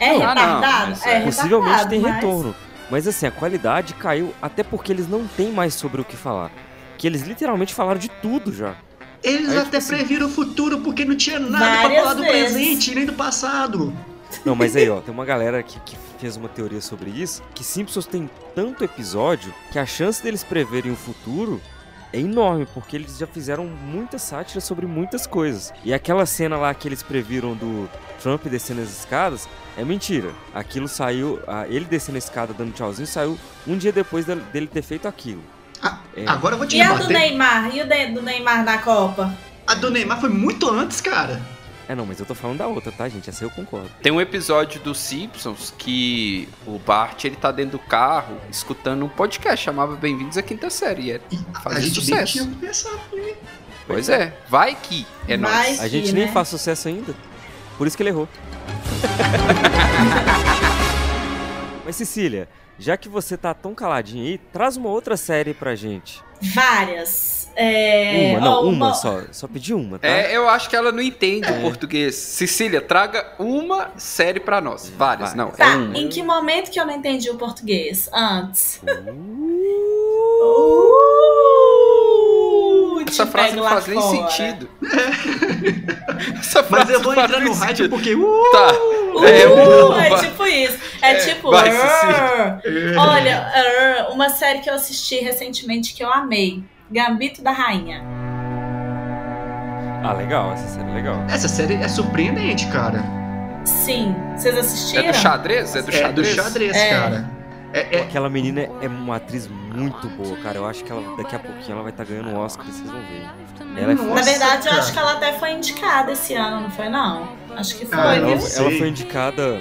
É
Não,
retardado? é,
Possivelmente
retardado,
tem
mas-
retorno. Mas assim, a qualidade caiu até porque eles não têm mais sobre o que falar. Que eles literalmente falaram de tudo já.
Eles
Aí,
até previram o futuro porque não tinha nada pra
Várias
falar do
vezes.
presente nem do passado.
Não, mas aí, ó, tem uma galera que, que fez uma teoria sobre isso, que Simpsons tem tanto episódio que a chance deles preverem o futuro é enorme, porque eles já fizeram muita sátira sobre muitas coisas. E aquela cena lá que eles previram do Trump descendo as escadas é mentira. Aquilo saiu, ah, ele descendo a escada dando tchauzinho saiu um dia depois dele- dele ter feito aquilo. É.
agora eu vou
E a do Neymar? E o de- do Neymar na Copa?
A do Neymar foi muito antes, cara.
É, não, mas eu tô falando da outra, tá, gente? Essa eu concordo.
Tem um episódio dos Simpsons que o Bart ele tá dentro do carro escutando um podcast, chamava Bem-vindos à Quinta Série. E é-
a
fazia
gente nem
sucesso.
tinha pensado nisso.
Pois é, vai que é nóis.
A gente
né?
nem faz sucesso ainda. Por isso que ele errou. Mas Cecília, já que você tá tão caladinha aí, traz uma outra série pra gente.
Várias. É,
uma, não,
ó,
uma, só. Só pedi uma, tá?
É, eu acho que ela não entende
É.
o português. Cecília, traga uma série pra nós. Várias, não.
Tá,
é uma.
em que momento que eu não entendi o português? Antes. Uh,
Essa
te
frase
pego
não
lá
faz nem
fora.
sentido. Essa
Mas
frase
eu vou
não faz
entrar
nem
no rádio
sentido.
porque.
Tá.
Uh,
É,
é,
boa.
tipo isso. É, tipo.
vai,
"Arr".
Cecília.
Olha, arr, uma série que eu assisti recentemente que eu amei: Gambito da Rainha.
Ah, legal, essa série é legal.
Essa série é surpreendente, cara.
Sim. Vocês assistiram?
xadrez? É do xadrez?
É.
cara.
Aquela menina é uma atriz muito boa, cara. Eu acho que ela daqui a pouquinho ela vai estar ganhando um Oscar, vocês vão ver. Ela é
Na
foda.
verdade, eu
cara.
acho que ela até foi indicada esse ano, não foi? Não. Acho que foi,
Ela,
viu?
ela foi indicada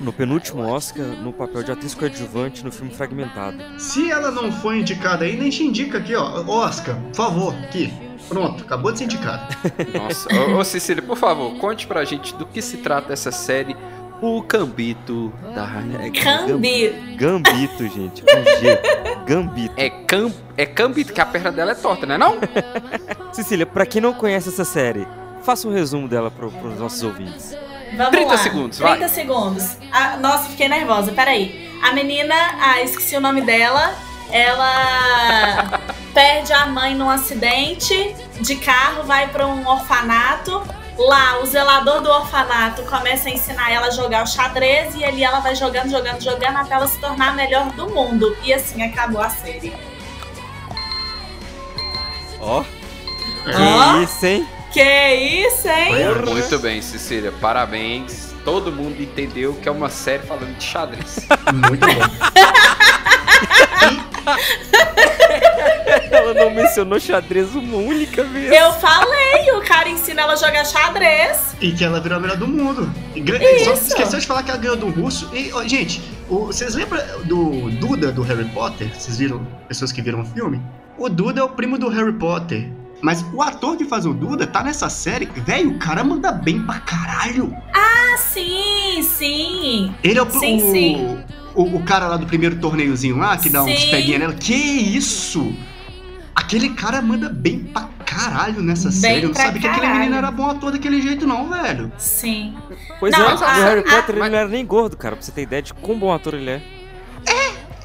no penúltimo Oscar no papel de atriz coadjuvante no filme Fragmentado.
Se ela não foi indicada aí, nem te indica aqui, ó. Oscar, por favor, aqui. Pronto, acabou de ser indicada.
Nossa, ô, ô, Cecília, por favor, conte pra gente do que se trata essa série O Cambito da Rainha. É
Cambito.
Gambito, gente, com G. Gambito.
É, cam, é Cambito, que a perna dela é torta, né não?
Cecília, pra quem não conhece essa série, faça um resumo dela pro, pros nossos ouvintes.
Vamos
30
lá.
segundos,
30
vai.
segundos. Ah, nossa, fiquei nervosa. Peraí. A menina, ah, esqueci o nome dela. Ela perde a mãe num acidente de carro, vai pra um orfanato. Lá, o zelador do orfanato começa a ensinar ela a jogar o xadrez e ali ela vai jogando, jogando, jogando até ela se tornar a melhor do mundo. E assim acabou a série.
Ó.
Ó.
Que isso, hein?
Que isso, hein?
Muito bem, Cecília, parabéns. Todo mundo entendeu que é uma série falando de xadrez.
Muito bom.
Ela não mencionou xadrez uma única vez.
Eu falei, o cara ensina ela a jogar xadrez.
E que ela virou a melhor do mundo. E gra-
Isso.
só esqueceu de falar que ela ganhou do russo. E, ó, gente, o- vocês lembram do Duda do Harry Potter? Vocês viram? Pessoas que viram o filme? O Duda é o primo do Harry Potter. Mas o ator que faz o Duda tá nessa série. Velho, o cara manda bem pra caralho.
Ah, sim, sim.
Ele é o,
Sim,
o,
sim.
O, o cara lá do primeiro torneiozinho lá, que dá uns
Sim.
peguinhos nela. Que isso? Aquele cara manda bem pra caralho nessa série. Eu não
pra
sabia que aquele
caralho.
menino era bom ator daquele jeito, não, velho.
Sim.
Pois
Não, ah,
é,
a-
o Harry
a-
Potter ele não era nem gordo, cara, pra você ter ideia de quão bom ator ele é.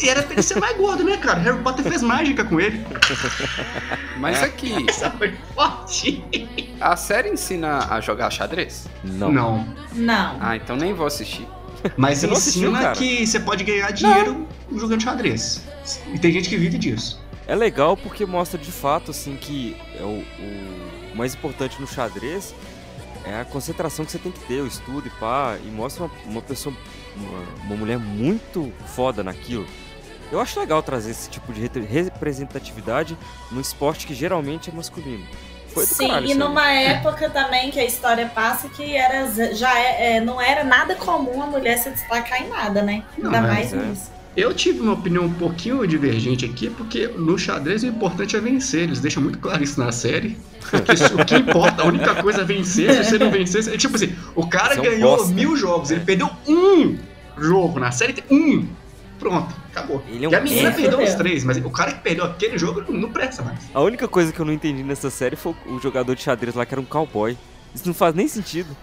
E era pra ele ser mais gordo, né, cara? Harry Potter fez mágica com ele.
Mas aqui,
Essa foi forte.
a série ensina a jogar xadrez?
Não.
Não.
Não.
Ah, então nem vou assistir.
Mas
Você não assistiu,
ensina
cara?
que você pode ganhar dinheiro jogando xadrez. E tem gente que vive disso.
É legal porque mostra de fato assim que é o, o mais importante no xadrez é a concentração que você tem que ter, o estudo e pá, e mostra uma, uma pessoa, uma, uma mulher muito foda naquilo. Eu acho legal trazer esse tipo de re- representatividade num esporte que geralmente é masculino. Foi do
Sim,
caralho
e
isso aí.
numa época também que a história passa que era, já é, é, não era nada comum a mulher se destacar em nada, né?
Não,
Ainda
mas
mais
é.
nisso.
Eu tive uma opinião um pouquinho divergente aqui, porque no xadrez o importante é vencer. Eles deixam muito claro isso na série. Que isso- o que importa, a única coisa é vencer. Se você não vencer, você- tipo assim, o cara
Você é um
ganhou
bosta.
mil jogos, ele perdeu um jogo na série, um. Pronto. acabou.
Ele é um
e a menina
merda.
perdeu os três, mas o cara que perdeu aquele jogo não- não presta mais.
A única coisa que eu não entendi nessa série foi o jogador de xadrez lá que era um cowboy. Isso não faz nem sentido.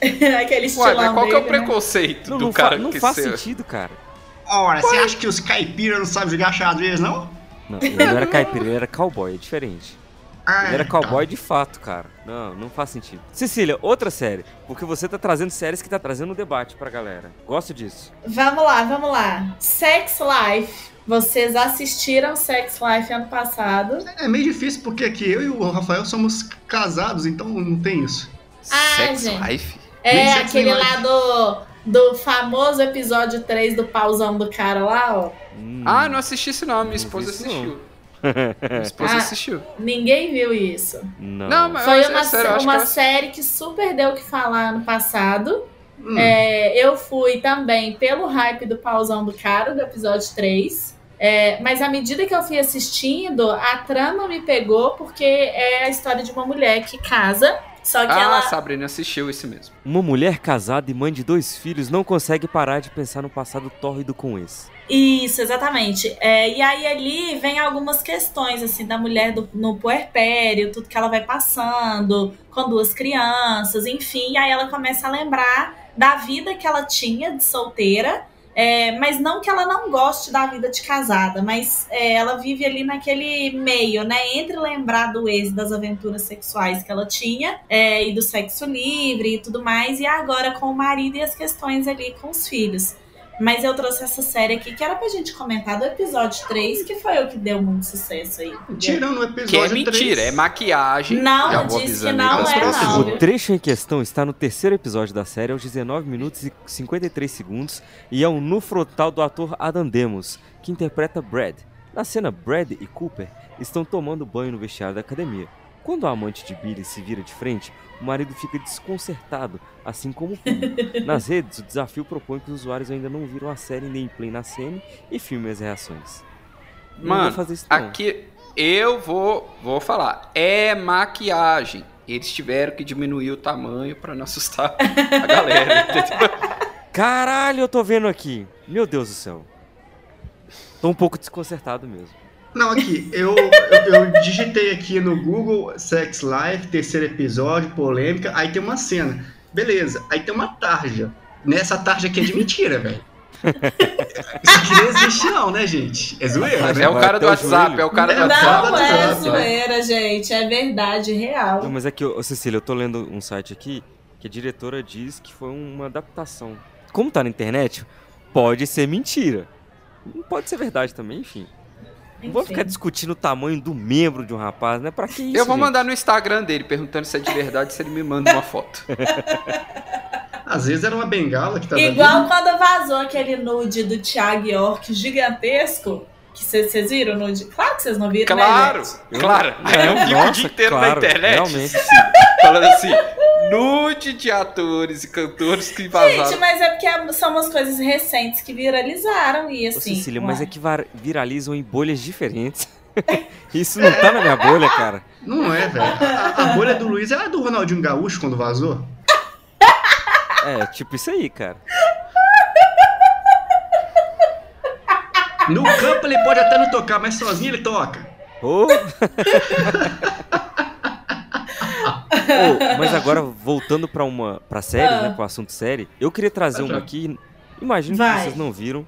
Aquele
Ué,
estilão
mas qual que é o
dele, né?
preconceito
Não,
do
não, fa-
cara
não
que
faz
ser-
sentido, cara.
Ora, você acha que os caipiras não sabem jogar xadrez, não?
Não, ele não era caipira, ele era cowboy, é diferente.
Ah,
Ele era
tá.
cowboy de fato, cara. Não, não faz sentido. Cecília, outra série. Porque você tá trazendo séries que tá trazendo um debate pra galera. Gosto disso.
Vamos lá, vamos lá. Sex Life. Vocês assistiram Sex Life ano passado?
É meio difícil porque aqui eu e o Rafael somos casados, então não tem isso.
Ah,
Sex
gente.
Life?
É
Nem Sex
aquele
nem
lá do, do famoso episódio 3 do pauzão do cara lá, ó.
Hum.
Ah, não assisti isso não, minha esposa
vi isso não.
assistiu. Minha esposa
Ah.
assistiu.
Ninguém viu isso.
não.
Não, mas
Foi
é
uma,
sério, eu acho
uma
que ela-
série que super deu o que falar ano passado.
Hum.
É, eu fui também pelo hype do pauzão do cara, do episódio 3. É, mas à medida que eu fui assistindo, a trama me pegou porque é a história de uma mulher que casa. Só que
Ah,
ela.
a Sabrina assistiu isso mesmo.
Uma mulher casada e mãe de dois filhos não consegue parar de pensar no passado tórrido com esse.
Isso, exatamente. É, e aí ali vem algumas questões, assim, da mulher do- no puerpério, tudo que ela vai passando, com duas crianças, enfim. E aí ela começa a lembrar da vida que ela tinha de solteira, é, mas não que ela não goste da vida de casada, mas é, ela vive ali naquele meio, né? Entre lembrar do ex das aventuras sexuais que ela tinha é, e do sexo livre e tudo mais, e agora com o marido e as questões ali com os filhos. Mas eu trouxe essa série aqui que era pra gente comentar do episódio 3, que foi o que deu muito sucesso aí.
Tirando o
Que é
episódio
mentira, é maquiagem.
Não,
Já
diz que
vou avisando aí
não
pras
é,
pessoas.
não.
O trecho em questão está no terceiro episódio da série, aos 19 minutos e 53 segundos, e é um nu frontal do ator Adam Demos, que interpreta Brad. Na cena, Brad e Cooper estão tomando banho no vestiário da academia. Quando a amante de Billy se vira de frente, o marido fica desconcertado, assim como o público. Nas redes, o desafio propõe que os usuários ainda não viram a série nem play na cena e filmem as reações. Não
Mano,
vou fazer isso não.
Aqui eu vou, vou falar. É maquiagem. Eles tiveram que diminuir o tamanho pra não assustar a galera. entendeu?
Caralho, eu tô vendo aqui. Meu Deus do céu. Tô um pouco desconcertado mesmo.
Não, aqui, eu, eu, eu digitei aqui no Google Sex Life, terceiro episódio, polêmica, aí tem uma cena. Beleza, aí tem uma tarja. Nessa tarja aqui é de mentira, velho. Isso aqui não existe não, né, gente? É zoeira,
É
né?
o cara
até
do
o
WhatsApp,
joelho.
é o cara né? do
Não,
WhatsApp.
Não
Nada
é
do nada.
zoeira, gente. É verdade
Não,
real.
mas é que, ô, Cecília, eu tô lendo um site aqui que a diretora diz que foi uma adaptação. Como tá na internet, pode ser mentira. Não pode ser verdade também, enfim. Não vou
Enfim.
ficar discutindo o tamanho do membro de um rapaz, né? Pra que isso?
Eu vou
gente?
mandar no Instagram dele perguntando se é de verdade, se ele me manda uma foto.
Às vezes era uma bengala que tava ali.
Igual quando vazou aquele nude do Thiago York gigantesco. Que vocês viram o nude? Claro que vocês não viram,
Claro,
né? gente?
Eu-
claro.
É,
Eu fico o
nossa,
dia inteiro
claro,
na internet.
realmente.
assim, falando assim, nude de atores e cantores que vazaram.
Gente, mas é porque são umas coisas recentes que viralizaram e
Ô,
assim.
Cecília,
ué.
mas é que var- viralizam em bolhas diferentes. isso não tá na minha bolha, cara.
Não é, velho. A, a bolha do Luiz era do Ronaldinho Gaúcho quando vazou.
É, tipo isso aí, cara.
No campo ele pode até não tocar, mas sozinho ele toca.
Ô! Ô, mas agora voltando pra uma para série,
Ah.
né, pro assunto série, eu queria trazer
Vai,
uma
vai.
aqui, imagino que
Vai.
vocês não viram,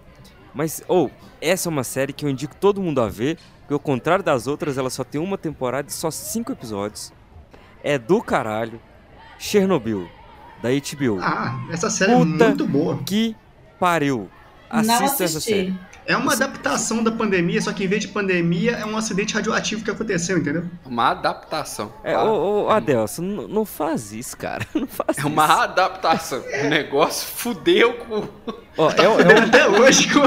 mas ou essa é uma série que eu indico todo mundo a ver, porque ao contrário das outras, ela só tem uma temporada e só cinco episódios. É do caralho. Chernobyl da HBO.
Ah, essa série
Puta.
é muito boa.
Que pariu.
não
Assista essa série.
assisti.
É uma adaptação da pandemia, só que em vez de pandemia, é um acidente radioativo que aconteceu, entendeu?
Uma adaptação.
Ah.
É,
claro.
ô, ô, Adelson, n- não faz isso, cara. Não faz
É
isso.
uma adaptação. O negócio fudeu com.
Ó, é, o- é o-
Fudendo até hoje. com-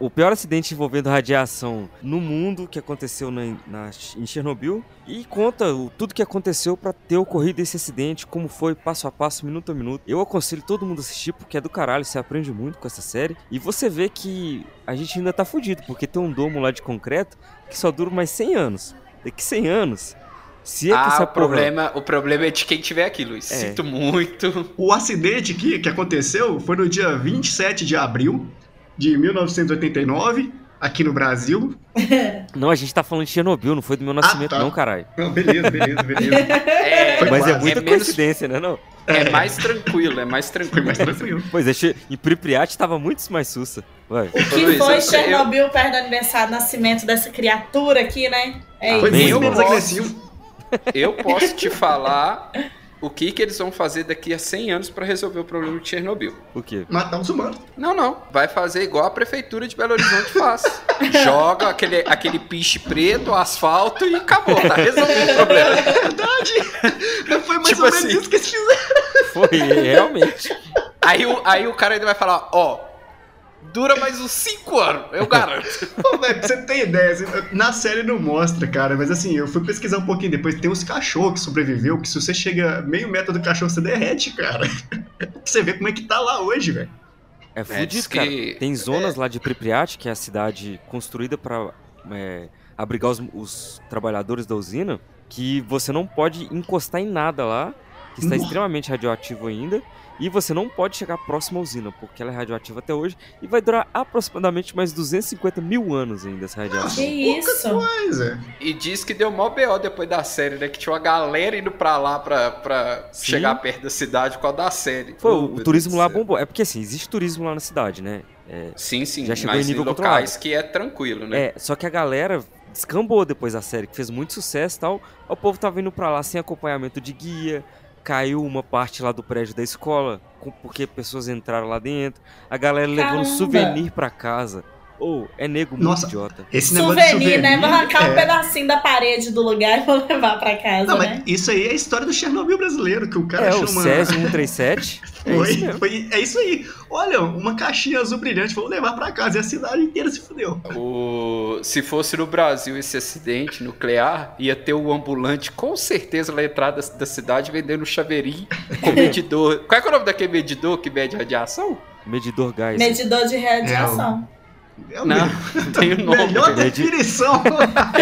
o pior acidente envolvendo radiação no mundo que aconteceu na, na- em Chernobyl e conta o- tudo que aconteceu pra ter ocorrido esse acidente, como foi passo a passo, minuto a minuto. Eu aconselho todo mundo a assistir porque é do caralho, você aprende muito com essa série e você vê que a gente ainda tá fudido porque tem um domo lá de concreto que só dura mais 100 anos. Daqui 100 anos, se é que
Ah,
essa
o problema, o problema é de quem tiver aqui, Luiz.
É.
Sinto muito.
O acidente que, que aconteceu foi no dia 27 de abril de 1989, aqui no Brasil.
Não, a gente tá falando de Chernobyl, não foi do meu
Ah,
nascimento,
tá.
não, caralho.
Não, beleza, beleza, beleza.
É,
Mas é
quase.
muita
É menos-
coincidência, né? Não?
É mais tranquilo, é mais tranquilo.
mais tranquilo.
Pois é, che- em Pripyat tava muito mais sussa. Vai.
Que foi Chernobyl perto do aniversário, nascimento dessa criatura aqui, né? É
Foi
isso.
bem
eu
menos
gosto.
agressivo.
Eu posso te falar o que, que eles vão fazer daqui a 100 anos pra resolver o problema de Chernobyl.
O quê?
Matar um os humanos.
Não, não. Vai fazer igual a prefeitura de Belo Horizonte faz. Joga aquele, aquele piche preto, asfalto e acabou. Tá resolvido o problema.
Foi mais
Tipo
ou menos
assim.
isso que eles fizeram.
Foi, realmente.
Aí o, aí o cara ainda vai falar, ó, dura mais uns 5 anos, eu garanto.
Pô, velho, pra você ter ideia, assim, na série não mostra, cara, mas assim, eu fui pesquisar um pouquinho depois, tem uns cachorros que sobreviveu, que se você chega meio metro do cachorro, você derrete, cara. Pra você ver como é que tá lá hoje, velho.
É fudido,
diz
cara.
que-
Tem zonas lá de Pripyat, que é a cidade construída pra é, abrigar os, os trabalhadores da usina, que você não pode encostar em nada lá, que está
Nossa.
extremamente radioativo ainda, e você não pode chegar próximo à usina, porque ela é radioativa até hoje, e vai durar aproximadamente mais 250 mil anos ainda essa
Que
radiação.
isso?
Mas é.
E diz que deu mó BO depois da série, né? Que tinha uma galera indo pra lá pra, pra
Sim.
chegar perto da cidade por causa da série.
Foi,
Oh, meu
o
Deus
turismo
do
lá
céu.
bombou. É porque assim, existe turismo lá na cidade, né?
Sim, sim.
Já chegou
mas
em nível
locais que é tranquilo, né?
É, só que a galera descambou depois da série, que fez muito sucesso e tal. O povo tava indo pra lá sem acompanhamento de guia. Caiu uma parte lá do prédio da escola, com- porque pessoas entraram lá dentro. A galera levando
Caramba.
souvenir pra casa. Ou, é nego muito
Nossa.
idiota.
Esse negócio
Souvenir,
de souvenir,
né? Vou arrancar um
é.
pedacinho da parede do lugar e vou levar pra casa,
Não,
né?
mas isso aí é a história do Chernobyl brasileiro, que o cara
É,
achou
o
uma...
SESI 137. É
Foi,
isso mesmo.
foi- é isso aí. Olha, uma caixinha azul brilhante, vamos levar pra casa. E a cidade inteira se fudeu.
O... Se fosse no Brasil esse acidente nuclear, ia ter o ambulante com certeza na entrada da cidade vendendo chaveirinho com medidor. Qual é, que é o nome daquele medidor que mede radiação?
Medidor gás.
Medidor de radiação.
É o
Não,
me-
não tem o nome.
melhor
velho.
definição.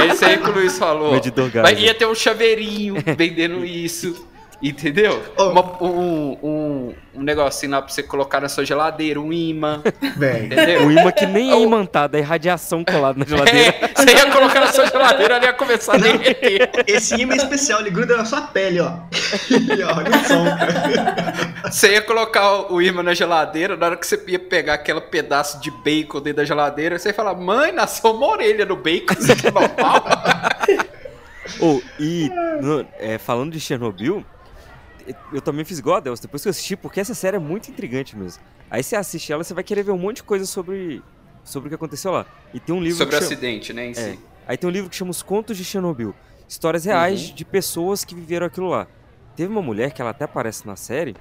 Esse É aí que o Luiz falou.
Medidor gás.
Mas ia ter um chaveirinho vendendo isso. Entendeu?
Ô.
Uma- um, um, um negocinho lá pra você colocar na sua geladeira, um imã,
Velho,
entendeu?
O imã que nem é
O-
imantado, é radiação colada na geladeira.
É, você ia colocar na sua geladeira, ela ia começar a
Não.
derreter.
esse imã especial, ele gruda na sua pele, ó. E, ó, olha o som, cara.
Você ia colocar o imã na geladeira, na hora que você ia pegar aquele pedaço de bacon dentro da geladeira, você ia falar, mãe, nasceu uma orelha no bacon, isso é normal?
Ou, e no- é, falando de Chernobyl, eu também fiz igual a Deus, depois que eu assisti, porque essa série é muito intrigante mesmo. Aí você assiste ela, você vai querer ver um monte de coisa sobre, sobre o que aconteceu lá. E tem um livro
Sobre o
que chama,
acidente, né, em si.
Aí tem um livro que chama Os Contos de Chernobyl. Histórias reais de pessoas que viveram aquilo lá. Teve uma mulher que ela até aparece na série,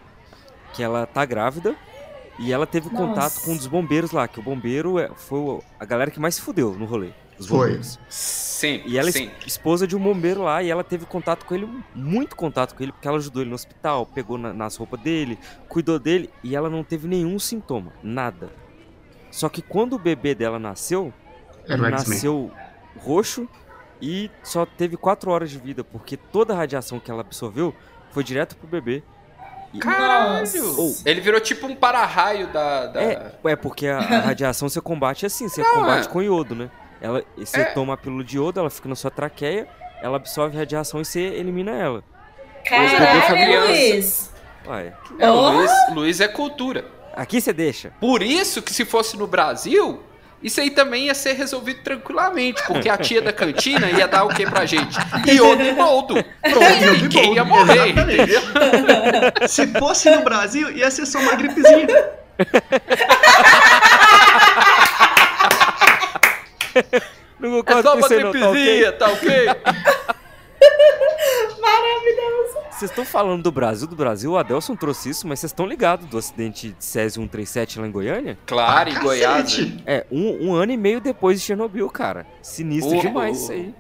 que ela tá grávida e ela teve
Nossa.
contato com um dos bombeiros lá, que o bombeiro é- foi o- a galera que mais se fudeu no rolê. Os
Foi.
bombeiros.
Sempre,
E ela é es-
sempre.
esposa de um bombeiro lá, e ela teve contato com ele, muito contato com ele, porque ela ajudou ele no hospital, pegou na- nas roupas dele, cuidou dele, e ela não teve nenhum sintoma, nada. Só que quando o bebê dela nasceu,
Era o X-Men.
nasceu roxo e só teve 4 horas de vida, porque toda a radiação que ela absorveu foi direto pro bebê. E-
Caralho!
Ou-
Ele virou tipo um para-raio da... da-
é, é porque a, a radiação você combate assim, você combate
é.
com iodo, né? Ela, você
É.
toma a pílula de iodo, ela fica na sua traqueia, ela absorve radiação e você elimina ela.
Pois é,
Caralho,
criança.
Luiz.
Ué,
É, o
Oh!
Luiz, Luiz é cultura.
aqui você deixa.
Por isso que se fosse no Brasil, isso aí também ia ser resolvido tranquilamente, porque a tia da cantina ia dar o que pra gente? Iodo e boldo. Pronto,
Iodo e
ninguém ia
boldo,
morrer, É
exatamente.
entendeu?
Se fosse no Brasil, ia ser só uma gripezinha.
Não
É
concordo
só
com
uma
você não, tá ok?
gripezinha, tá ok?
Vocês estão falando do Brasil, do Brasil, o Adelson trouxe isso, mas vocês estão ligados do acidente de Césio 137 lá em Goiânia?
Claro, em Goiás. né?
Cacete.
É, um, um ano e meio depois de Chernobyl, cara. Sinistro
O-
demais
o-
isso aí.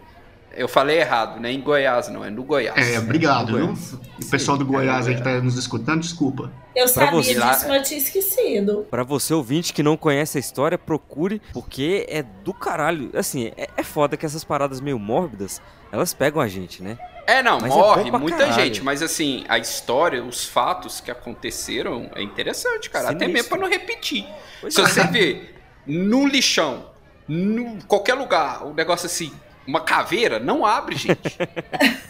Eu falei errado, né? Em Goiás, não, é no Goiás.
É, obrigado, viu? O pessoal do
Sim,
Goiás
é,
aí que tá nos escutando, desculpa.
Eu sabia
você.
disso, mas eu tinha esquecido.
Pra você ouvinte que não conhece a história, procure, porque é do caralho. Assim, é, é foda que essas paradas meio mórbidas, elas pegam a gente, né?
É, não,
Mas é
morre
bom pra
muita
caralho.
gente, mas assim, a história, os fatos que aconteceram é interessante, cara. Até
Sinistro.
mesmo pra não repetir.
Pois
Se
é.
você ver num lixão, num qualquer lugar, um negócio assim, uma caveira, não abre, gente.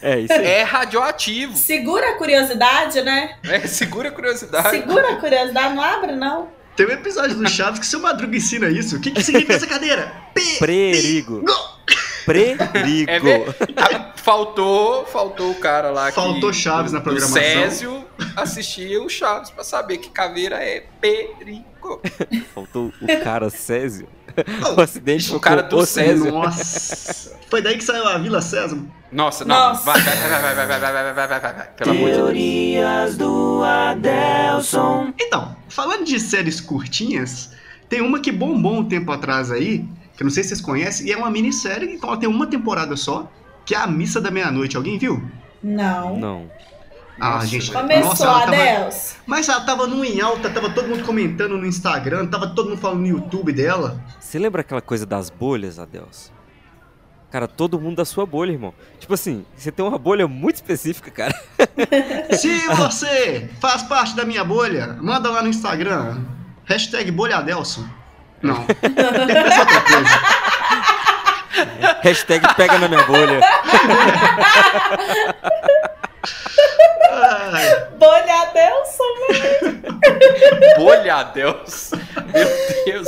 é isso aí.
É
Hum.
radioativo.
Segura a curiosidade, né?
É, segura a curiosidade.
Segura a curiosidade, não abre, não.
Tem um episódio do Chaves que seu Madruga ensina isso. O que, que significa essa cadeira?
Perigo. Perigo.
É ver- Ah, faltou, faltou o cara lá
Faltou
que,
Chaves na
do
programação.
Césio assistia o Chaves pra saber que caveira é perigo.
Faltou o cara Césio. o acidente
O cara
tocou
do
o
Césio.
Oh, Nossa. Foi daí que saiu a Vila Sésamo.
Nossa, não.
Nossa.
Vai, vai, vai, vai, vai, vai, vai, vai, vai, vai, vai, vai. Pelo amor de Deus.
Teorias do Adelson.
Então, falando de séries curtinhas, tem uma que bombou um tempo atrás aí, que eu não sei se vocês conhecem, e é uma minissérie, então ela tem uma temporada só, que é a Missa da Meia-Noite. Alguém viu?
Não.
Não.
ah,
Nossa,
gente.
velho.
Começou,
nossa, ela tá tava-
Adeus.
Mas ela tava num em alta, tava todo mundo comentando no Instagram, tava todo mundo falando no YouTube dela.
Você lembra aquela coisa das bolhas, Adeus? Cara, todo mundo da sua bolha, irmão. Tipo assim, você tem uma bolha muito específica, cara.
Se você faz parte da minha bolha, manda lá no Instagram. Hashtag bolhadelson. Não. Tem que pensar outra coisa.
Hashtag pega na minha bolha.
É.
Ai,
Bolha Adelson.
Bolha a Deus. Meu Deus.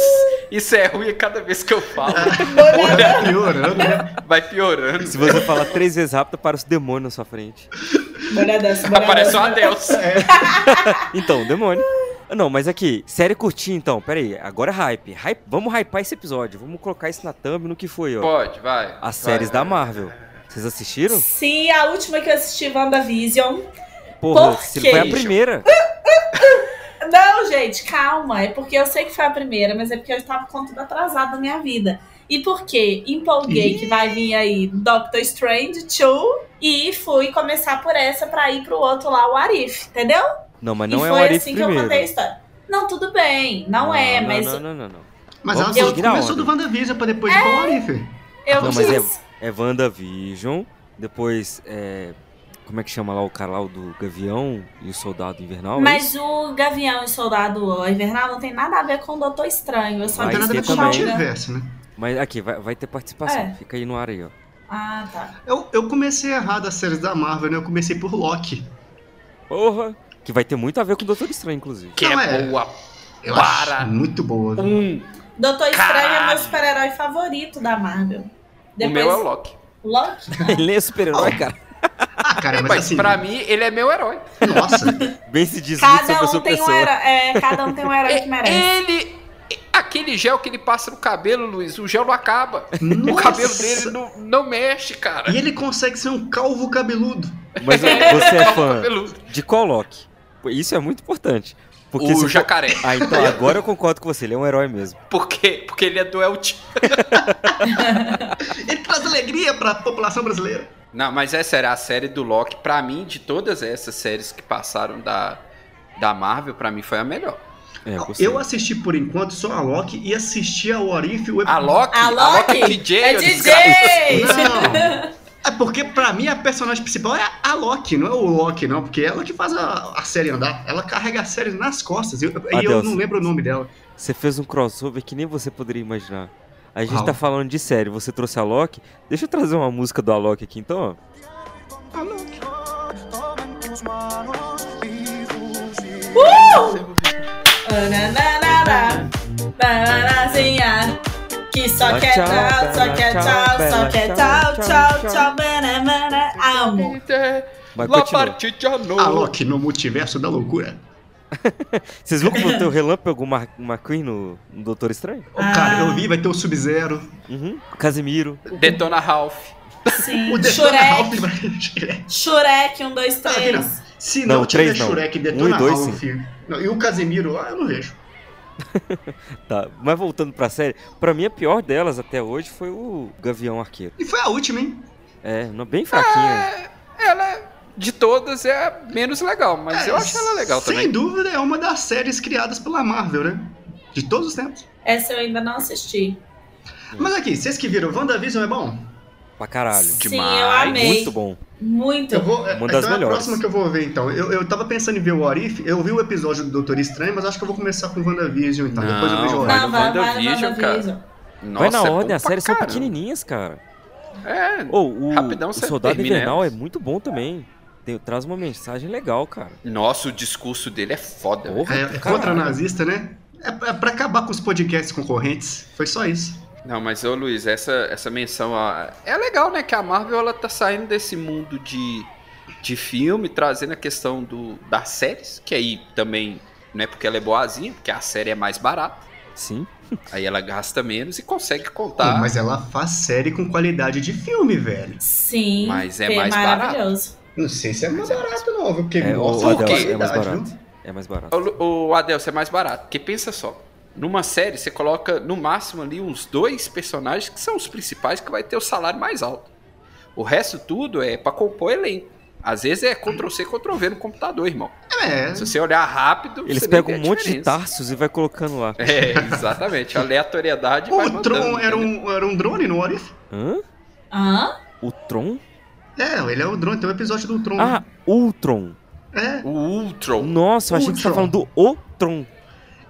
Isso é ruim a cada vez que eu falo.
Bolha
tá piorando, né?
Vai piorando.
Se você falar três vezes rápido, para os demônios na sua frente.
Bolha
Tá
Adelson. Bolha
Aparece um
Adelson.
Adeus.
Então, demônio. Não, mas aqui, série curtinha então, pera aí, agora é hype. hype. Vamos hypar esse episódio, vamos colocar isso na thumb no que foi, ó.
Pode, vai. vai,
As séries da
vai.
Marvel. Vocês assistiram?
Sim, a última que eu assisti, WandaVision.
Porra,
Por
se
quê?
foi a primeira.
Não, gente, calma. É porque eu sei que foi a primeira, mas é porque eu estava com tudo atrasado na minha vida. E por quê? Empolguei que vai vir aí Doctor Strange 2 e fui começar por essa pra ir pro outro lá, o Arif, entendeu?
Não, mas não
e
é o
foi
Arif
assim que eu
primeiro. Ah,
contei a história. Não, tudo bem, não, é,
não,
mas
Não, não, não, não.
Mas
Vamos
ela só
seguir na
começou
ordem.
do WandaVision pra depois de Colorife.
eu
Não, mas
quis.
é- É WandaVision, depois é. Como é que chama lá o cara lá, o do Gavião e o Soldado Invernal? é isso?
Mas o Gavião e o Soldado Invernal não tem nada a ver com o Doutor Estranho. Eu só
Não
Mas
tem
é
nada a
tem
ver com o
também.
multiverso, né?
é? Mas aqui, vai, vai ter participação.
É.
Fica aí no ar aí, ó.
Ah, tá.
Eu, eu comecei errado as séries da Marvel, né? Eu comecei por Loki.
Porra! Que vai ter muito a ver com o Doutor Estranho, inclusive.
Que
Não,
é
é.
boa.
Eu
Para.
acho muito boa. viu?
Um.
Doutor Estranho é meu
Caralho.
super-herói favorito da Marvel.
O meu é o Loki.
Loki.
Ele é super-herói, cara.
Ah, cara, mas,
Mas
assim...
pra mim, ele é meu herói.
Nossa.
Bem se diz muito sobre
Cada
a
um,
sua
tem um
pessoa.
herói, é, cada um tem um herói que merece.
Ele. Aquele gel que ele passa no cabelo, Luiz, o gel não acaba. O
nossa.
cabelo dele não, não mexe, cara.
E ele consegue ser um calvo cabeludo.
Mas você é
Calma,
fã
cabeludo.
de qual Loki? Pô, Isso é muito importante. Porque se
O
for-
jacaré.
Ah, então agora eu concordo com você. Ele é um herói mesmo.
Por quê? Porque ele é doente.
Ele traz alegria pra população brasileira.
Não, mas essa era a série do Loki. Pra mim, de todas essas séries que passaram da, da Marvel, pra mim foi a melhor.
É, eu gostei.
Eu assisti por enquanto só a Loki e assisti a Orif o
A Loki,
A Loki
é DJ.
é
ô
DJ!
desgraça.
Não. É porque pra mim a personagem principal é a Loki, não é o Loki, não. Porque ela que faz a, a série andar. Ela carrega a série nas costas. eu- E eu,
Adeus.
não lembro o nome dela.
Você fez um crossover que nem você poderia imaginar. A gente
Qual?
tá falando de série, você trouxe a Loki. Deixa eu trazer uma música do Alok aqui então. ó.
Ananana, bananazinha, Que só
Lá,
quer
tchau,
tchau, só
bela,
quer
tchau,
tchau, só
bela,
quer tchau,
tchau,
tchau,
tchau,
tchau, banana, amo.
Mas
La
continua.
partita no-
A Loki no multiverso da loucura.
Vocês viram como tem o relâmpago Mar McQueen no, no Doutor Estranho?
Ô, Cara, eu vi, vai ter o Sub-Zero.
Uhum. Casimiro.
Detona Ralph.
Sim,
O é Detona Ralph
Shurek,
vai Shurek.
Shurek, um, dois,
Não, Ah, aqui
três.
não. Se
Não,
não, tiver
três não.
Shurek e
Um
Detona
e dois,
Ralph. não, e o Casemiro, ah, eu não vejo.
Tá. Mas voltando pra série, pra mim a pior delas até hoje foi o Gavião Arqueiro.
E foi a última, hein?
É, não- bem
Ah!
fraquinha.
É, Ela, de todas, é a menos legal, mas eu acho ela legal
É, Sem
também.
dúvida, é uma das séries criadas pela Marvel, né? De todos os tempos.
Essa eu ainda não assisti.
Mas aqui, vocês que viram, WandaVision é bom?
Pra caralho.
Sim, Demais. eu amei.
Muito bom.
Muito.
Eu vou,
Uma
então
das
é a
melhores.
próxima que eu vou ver, então. Eu, eu tava pensando em ver o What If, eu vi o episódio do Doutor Estranho, mas acho que eu vou começar com o WandaVision, então. Depois eu vejo o What
vai
If.
no WandaVision,
WandaVision, cara.
WandaVision.
Vai
Nossa,
na
é bom
ordem, as
pra
séries são
caramba.
pequenininhas, cara.
É,
Ou o,
Rapidão
o
você
Soldado
termina
Invernal
ela.
é muito bom também. Tem- traz uma mensagem legal, cara.
Nossa, o discurso dele é foda. velho.
Porra,
É, é
caralho.
contra nazista, né? É pra, é pra acabar com os podcasts concorrentes. Foi só isso.
Não, mas ô Luiz, essa, essa menção ó, é legal, né? Que a Marvel ela tá saindo desse mundo de, de filme, trazendo a questão do, das séries, que aí também não é porque ela é boazinha, porque a série é mais barata,
Sim.
aí ela gasta menos e consegue
Pô,
contar.
mas ela faz série com qualidade de filme, velho.
Sim.
Mas é
que
mais barato.
maravilhoso.
Não sei se é mais barato, não, viu? Porque
É,
mostra
o
a
Adel, é mais
qualidade,
barato.
viu?
É mais barato.
O, o Adelson é mais barato, porque pensa só. Numa série, você coloca no máximo ali uns dois personagens que são os principais que vai ter o salário mais alto. O resto tudo é pra compor elenco. Às vezes é Ctrl-C, Ctrl-V no computador, irmão.
É,
Se você olhar rápido,
Eles
você nem
pegam
vê
um
a
monte de
diferença.
tarsos e vai colocando lá.
É, exatamente. A aleatoriedade vai né?
o Tron
mandando,
era
entendeu?
um, era um drone no What If?
Hã?
Hã?
O Tron?
É, ele é o drone, tem um episódio do Tron.
Ah, Ultron.
É,
O Ultron.
Nossa, eu achei que você tava
Ultron.
falando do Ultron.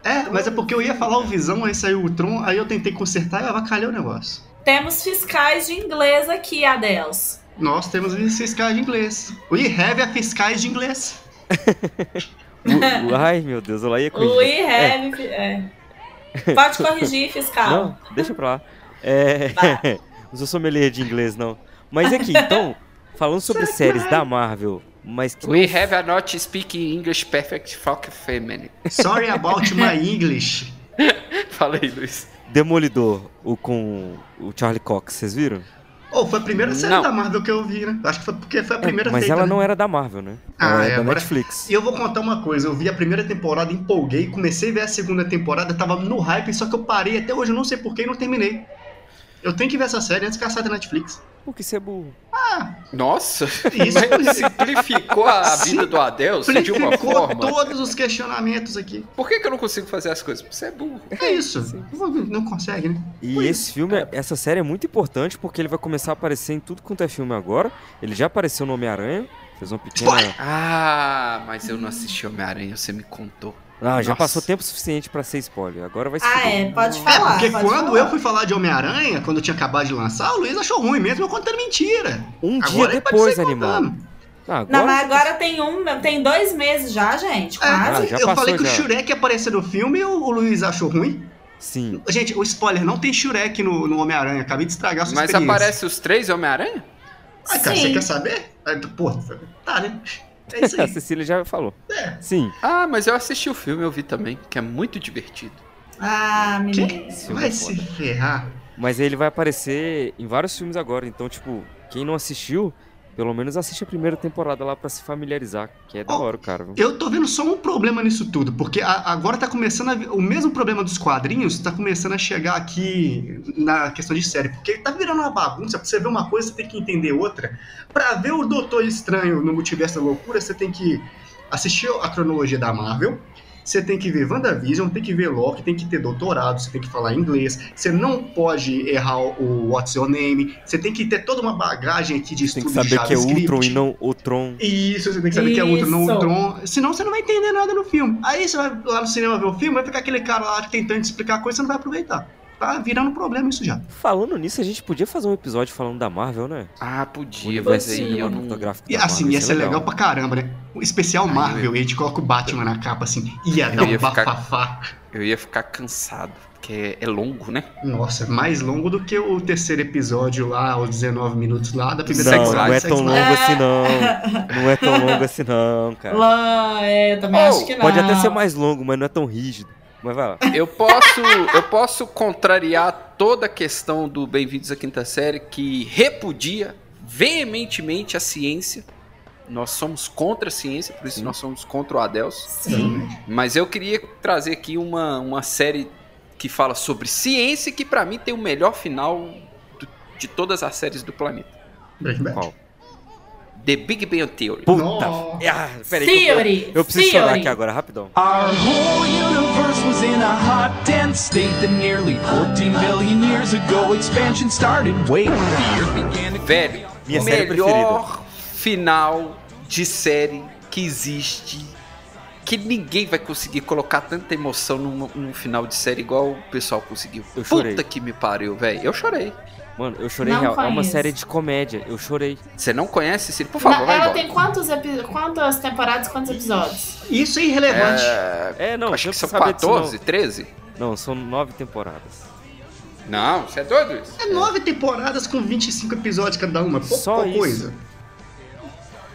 é, mas é porque eu ia falar o Visão, aí saiu o Tron, aí eu tentei consertar e avacalhei o negócio.
Temos fiscais de inglês aqui, Adels.
Nós temos fiscais de inglês. We have a fiscais de inglês.
O- o- ai, meu Deus, eu lá ia corrigir.
O We Have. é. Pode corrigir, fiscal.
É, Não, deixa pra lá. É...
Vai.
não sou sommelier de inglês, não. Mas aqui, então, falando sobre séries da Marvel, mas que...
We have a not speaking English perfect fuck feminine.
Sorry about my English.
Fala aí, Luiz.
Demolidor, o com o Charlie Cox, vocês viram?
Oh, foi a primeira série
Não.
da Marvel que eu vi, né? Acho que foi porque foi a primeira
É, Mas
feita,
ela
né?
não era da Marvel, né?
Ah,
ela
é,
da
agora-
Netflix.
E eu vou contar uma coisa, eu vi a primeira temporada, empolguei, comecei a ver a segunda temporada, tava no hype, só que eu parei até hoje, eu não sei porquê e não terminei. Eu tenho que ver essa série antes que a saia da Netflix. Ah,
Porque você é burro.
Nossa,
Isso
mas simplificou a vida do Adelson de uma
simplificou
forma.
todos os questionamentos aqui.
Por que, que eu não consigo fazer as coisas? Você é burro.
É isso. Não consegue, né?
E
Pois
esse filme, essa série é muito importante porque ele vai começar a aparecer em tudo quanto é filme agora. Ele já apareceu no Homem-Aranha, fez uma pequena.
Ah, mas eu não assisti Homem-Aranha, você me contou.
Ah, já
Nossa.
passou tempo suficiente pra ser spoiler. Agora vai se
Ah,
fuder.
é, pode
É,
falar.
porque
pode
quando
falar.
eu fui falar de Homem-Aranha, quando eu tinha acabado de lançar, o Luiz achou ruim mesmo, eu contando mentira.
Um
Agora
dia
ele pode
depois,
sair
animal.
contando.
Ah, agora...
Não, mas agora tem um, tem dois meses já, gente.
É,
Quase.
Ah, já
eu
passou
falei que
já.
o Shurek ia aparecer no filme e o, o Luiz achou ruim.
Sim.
Gente, o spoiler, não tem Shurek no, no Homem-Aranha, acabei de estragar a sua
Mas
experiência.
aparece os três Homem-Aranha?
Ah,
então,
cara,
Sim.
você quer saber? Aí tu, Pô, tá, né? É isso
A
aí.
Cecília já falou.
É.
Sim.
Ah, mas eu assisti o filme, eu vi também, que é muito divertido.
Ah, menino.
Que?
filme
Vai
é
se ferrar.
Mas ele vai aparecer em vários filmes agora. Então, tipo, quem não assistiu, pelo menos assiste a primeira temporada lá pra se familiarizar. Que é da
Ó,
hora, cara. viu?
Eu tô vendo só um problema nisso tudo, porque a- agora tá começando a, vi- o mesmo problema dos quadrinhos tá começando a chegar aqui na questão de série, porque tá virando uma bagunça, pra você ver uma coisa você tem que entender outra. Pra ver o Doutor Estranho no Multiverso da Loucura, você tem que assistir a cronologia da Marvel, você tem que ver WandaVision, tem que ver Loki, tem que ter doutorado, você tem que falar inglês, você não pode errar o What's Your Name, você tem que ter toda uma bagagem aqui de
Tem
estudo
que
de
saber que é
JavaScript.
Ultron e não Ultron.
Isso, você tem que saber que é outro, não
Isso.
o Tron. Senão você não vai entender nada no filme. Aí você vai lá no cinema ver o filme, vai ficar aquele cara lá tentando te explicar a coisa, você não vai aproveitar. Tá virando um problema isso já.
Falando nisso, a gente podia fazer um episódio falando da Marvel, né?
Ah,
O
podia, mas
universo
aí eu não...
cinematográfico
E
da
assim,
Marvel,
ia ser legal. pra caramba, né? O especial
Aí
Marvel,
né?
e a gente coloca o Batman na capa assim, ia
Eu
dar um
ia ficar-
bafafá.
Eu ia ficar cansado, porque é longo, né?
Nossa, mais longo do que o terceiro episódio lá, os 19 minutos lá da primeira
Não,
temporada.
não é
Sex
tão
Lies.
longo assim não. Não é tão longo assim não, cara.
Lá, é, eu também
Oh,
acho que não.
Pode até ser mais longo, mas não é tão rígido. Mas vai lá.
Eu posso, eu posso contrariar toda a questão do Bem-vindos à Quinta Série que repudia veementemente a ciência. Nós somos contra a ciência, por isso nós somos contra o Adelso.
Sim.
assim.
Mas eu queria trazer aqui uma, uma série que fala sobre ciência e que pra mim tem o melhor final do- de todas as séries do planeta.
Breaking Bad.
Qual?
The Big Bang Theory.
Puta. Ah, peraí. que eu-
Theory,
Eu preciso
theory.
chorar aqui agora, rapidão.
Our whole universe was in a hot, dense state that nearly 14 billion years ago expansion started. Wait, the Earth began to.
Velho,
Minha
o
série
melhor final de série que existe. Que ninguém vai conseguir colocar tanta emoção num, num final de série igual o pessoal conseguiu.
chorei.
Puta que me pariu, velho. Eu chorei.
Mano, eu chorei
Não
real. É uma
conheço.
série de comédia. Eu chorei.
Você não conhece, Ciro? Por favor,
Na-
vai
ela
embora.
tem quantos epi- quantas temporadas, quantos episódios?
Isso é
relevante.
irrelevante.
É,
não,
acho que são
saber disso,
14,
não.
13.
Não, são nove temporadas.
Não, você é doido isso?
É nove temporadas com 25 episódios cada uma. Pouca
Só isso.
coisa.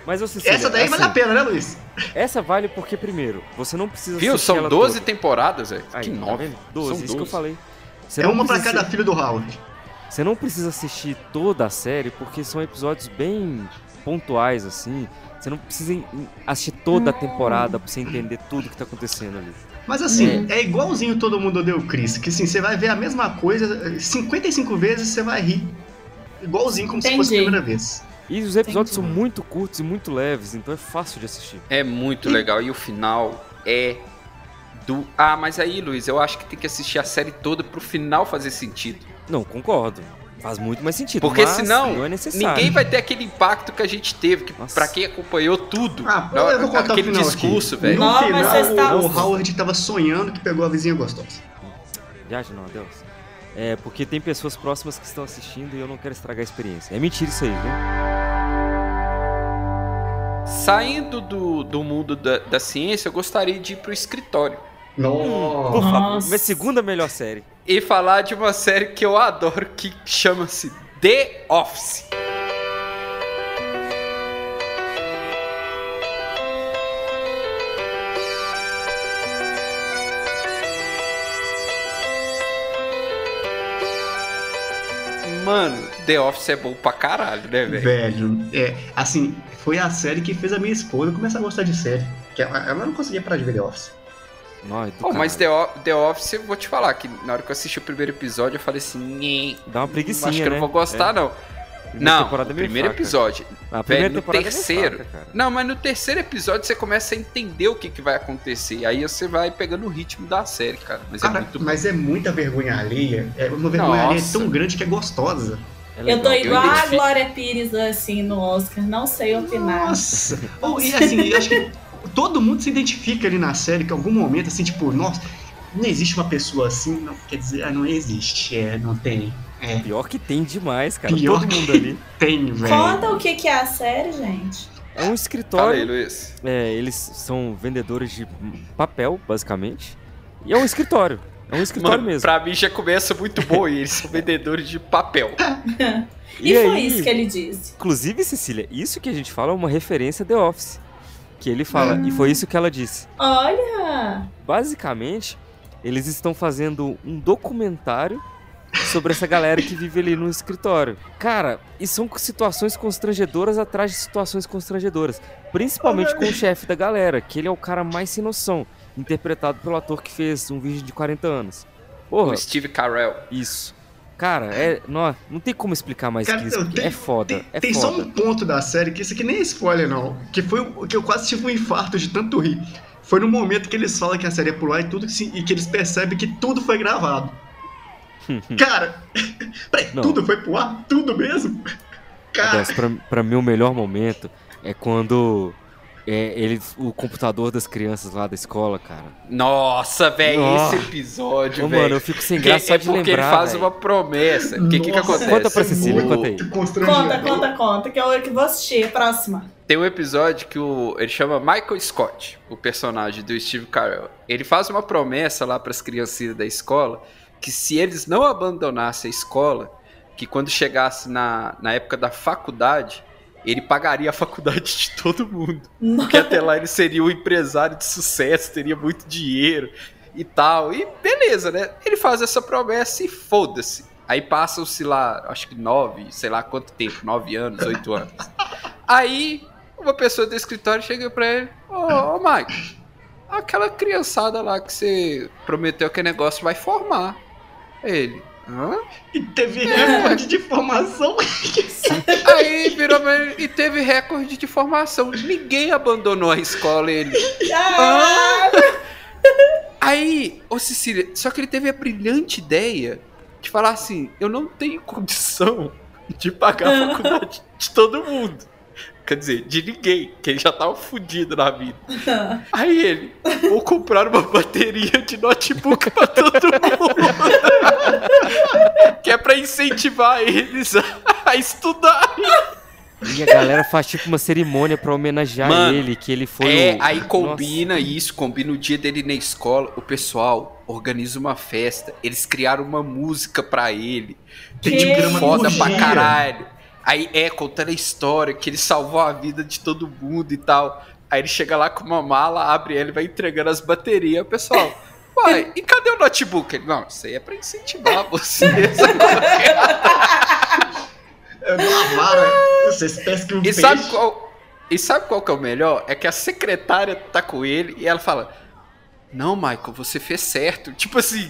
Mas eu Cecília,
Essa daí vale a
assim,
pena, né, Luiz?
Essa vale porque, primeiro, você não precisa
Viu?
assistir
São
ela
12
toda.
temporadas, velho.
Aí,
Que
tá
nove.
vendo? 12,
São
isso que eu
12.
falei. Você
é
não
uma pra
precisa
cada
ser-
filho do Howard.
Você não precisa assistir toda a série porque são episódios bem pontuais, assim. Você não precisa em- em- assistir toda a temporada pra você entender tudo que tá acontecendo ali.
Mas assim, é. igualzinho todo mundo odeia o Chris. Que assim, você vai ver a mesma coisa eh, 55 vezes e você vai rir. Igualzinho como se fosse a
Entendi.
primeira vez.
E os episódios são muito curtos e muito leves, então é fácil de assistir.
É muito legal. E o final é do. Ah, mas aí, Luiz, eu acho que tem que assistir a série toda pro final fazer sentido.
Não, concordo. Faz muito mais sentido.
Porque
mas
senão,
não é necessário.
ninguém vai ter aquele impacto que a gente teve. Que, pra quem acompanhou tudo,
Ah, pô, eu vou contar
é aquele
o final
discurso,
aqui.
velho.
No final,
está-
o Howard tava sonhando que pegou a vizinha gostosa.
Viagem não, adeus. É, porque tem pessoas próximas que estão assistindo e eu não quero estragar a experiência. É mentira isso aí, viu?
Saindo do, do mundo da, da ciência, eu gostaria de ir pro escritório.
Hum, Por favor, minha segunda melhor série.
E falar de uma série que eu adoro, que chama-se The Office. Mano, The Office é bom pra caralho, né, velho?
Velho, é, assim, foi a série que fez a minha esposa começar a gostar de série. Porque ela, ela não conseguia parar de ver The Office.
Ai, do
Pô, mas
caralho.
The, O- The Office, eu vou te falar que na hora que eu assisti o primeiro episódio, eu falei assim, "Nhê,
Dá uma preguiçinha,
acho que eu
né?
não vou gostar,
É.
não.
Primeira
Não,
temporada é
o
meio
primeiro
fraca.
episódio.
A
Velho,
primeira
no
temporada é meio
terceiro.
fraca, cara.
não, mas no terceiro episódio você começa a entender o que, que vai acontecer. Aí você vai pegando o ritmo da série, cara. Mas é
Cara,
muito
mas é muita vergonha alheia. É uma vergonha alheia
Nossa.
tão grande que é gostosa.
é
Eu tô igual a
identifico.
Glória Pires, assim, no Oscar. Não sei opinar.
Nossa! Oh, e assim, eu acho que todo mundo se identifica ali na série, que em algum momento, assim, tipo, nossa, não existe uma pessoa assim, não, quer dizer, ah, não existe, é, não tem. É.
Pior que tem demais, cara.
Pior
Todo
que
mundo ali.
tem, velho.
Conta o que que é a série, gente.
É um
Fala aí,
escritório.
Luiz.
É, eles são vendedores de papel, basicamente. E é um escritório. É um escritório
Mano,
mesmo.
pra mim já começa muito bom e eles são vendedores de papel.
E,
E
foi
aí?
isso que ele disse.
Inclusive, Cecília, isso que a gente fala é uma referência a The Office. Que ele fala, e foi isso que ela disse.
Olha!
Basicamente, eles estão fazendo um documentário sobre essa galera que vive ali no escritório. Cara, e são situações constrangedoras atrás de situações constrangedoras. Principalmente com o chefe da galera, que ele é o cara mais sem noção, interpretado pelo ator que fez um virgem de 40 anos. Porra,
O Steve Carell.
isso. Cara, é, nó- não, tem como explicar mais
Cara,
que isso.
eu
porque
tenho-
é foda. é
Tem
foda.
só um ponto da série que isso aqui nem é spoiler, não. Que foi o que eu quase tive um infarto de tanto rir. Foi no momento que eles falam que a série é pular e tudo, que se- e que eles percebem que tudo foi gravado. Cara, peraí,
Não.
tudo foi pro ar? Tudo mesmo? Cara,
Deus, pra, pra mim o melhor momento é quando é, ele, o computador das crianças lá da escola, cara.
Nossa, velho,
Nossa.
esse episódio,
Ô,
velho.
mano, eu fico sem graça só
é
de
porque
lembrar,
ele faz
velho.
uma promessa. Porque o que, que
Nossa,
acontece?
Conta pra Cecília, conta aí.
Conta, conta, conta, que eu que vou assistir. Próxima.
Tem um episódio que o, ele chama Michael Scott, o personagem do Steve Carell. Ele faz uma promessa lá pras criancinhas da escola que se eles não abandonassem a escola, que quando chegasse na, na época da faculdade, ele pagaria a faculdade de todo mundo. Porque até lá ele seria um empresário de sucesso, teria muito dinheiro e tal. E beleza, né? Ele faz essa promessa e foda-se. Aí passam-se lá, acho que nove, sei lá quanto tempo, nove anos, oito anos. Aí uma pessoa do escritório chega pra ele: Ô, ô Mike, aquela criançada lá que você prometeu que o negócio vai formar. Ele:
Hã? E teve recorde de formação.
Aí virou pra ele, e teve recorde de formação. Ninguém abandonou a escola ele.
Ah!
Aí, ô Cecília, só que ele teve a brilhante ideia de falar assim: eu não tenho condição de pagar a faculdade de todo mundo. Quer dizer, de ninguém, que ele já tava fudido na vida. Aí ele, vou comprar uma bateria de notebook pra todo mundo. que é pra incentivar eles a estudar.
E a galera faz tipo uma cerimônia pra homenagear
Mano,
ele, que ele foi.
É,
o-
aí
Nossa.
combina isso, combina o dia dele na escola, o pessoal organiza uma festa, eles criaram uma música pra ele. Tem
Que
tipo foda pra
dramaturgia.
caralho. Aí é contando a história que ele salvou a vida de todo mundo e tal. Aí ele chega lá com uma mala, abre ela e vai entregando as baterias, o pessoal. Uai, e cadê o notebook? Ele, não, isso aí é pra incentivar vocês.
É uma vara. Vocês pescam um
E
peixe.
sabe qual? E sabe qual que é o melhor? É que a secretária tá com ele e ela fala: Não, Michael, você fez certo. Tipo assim,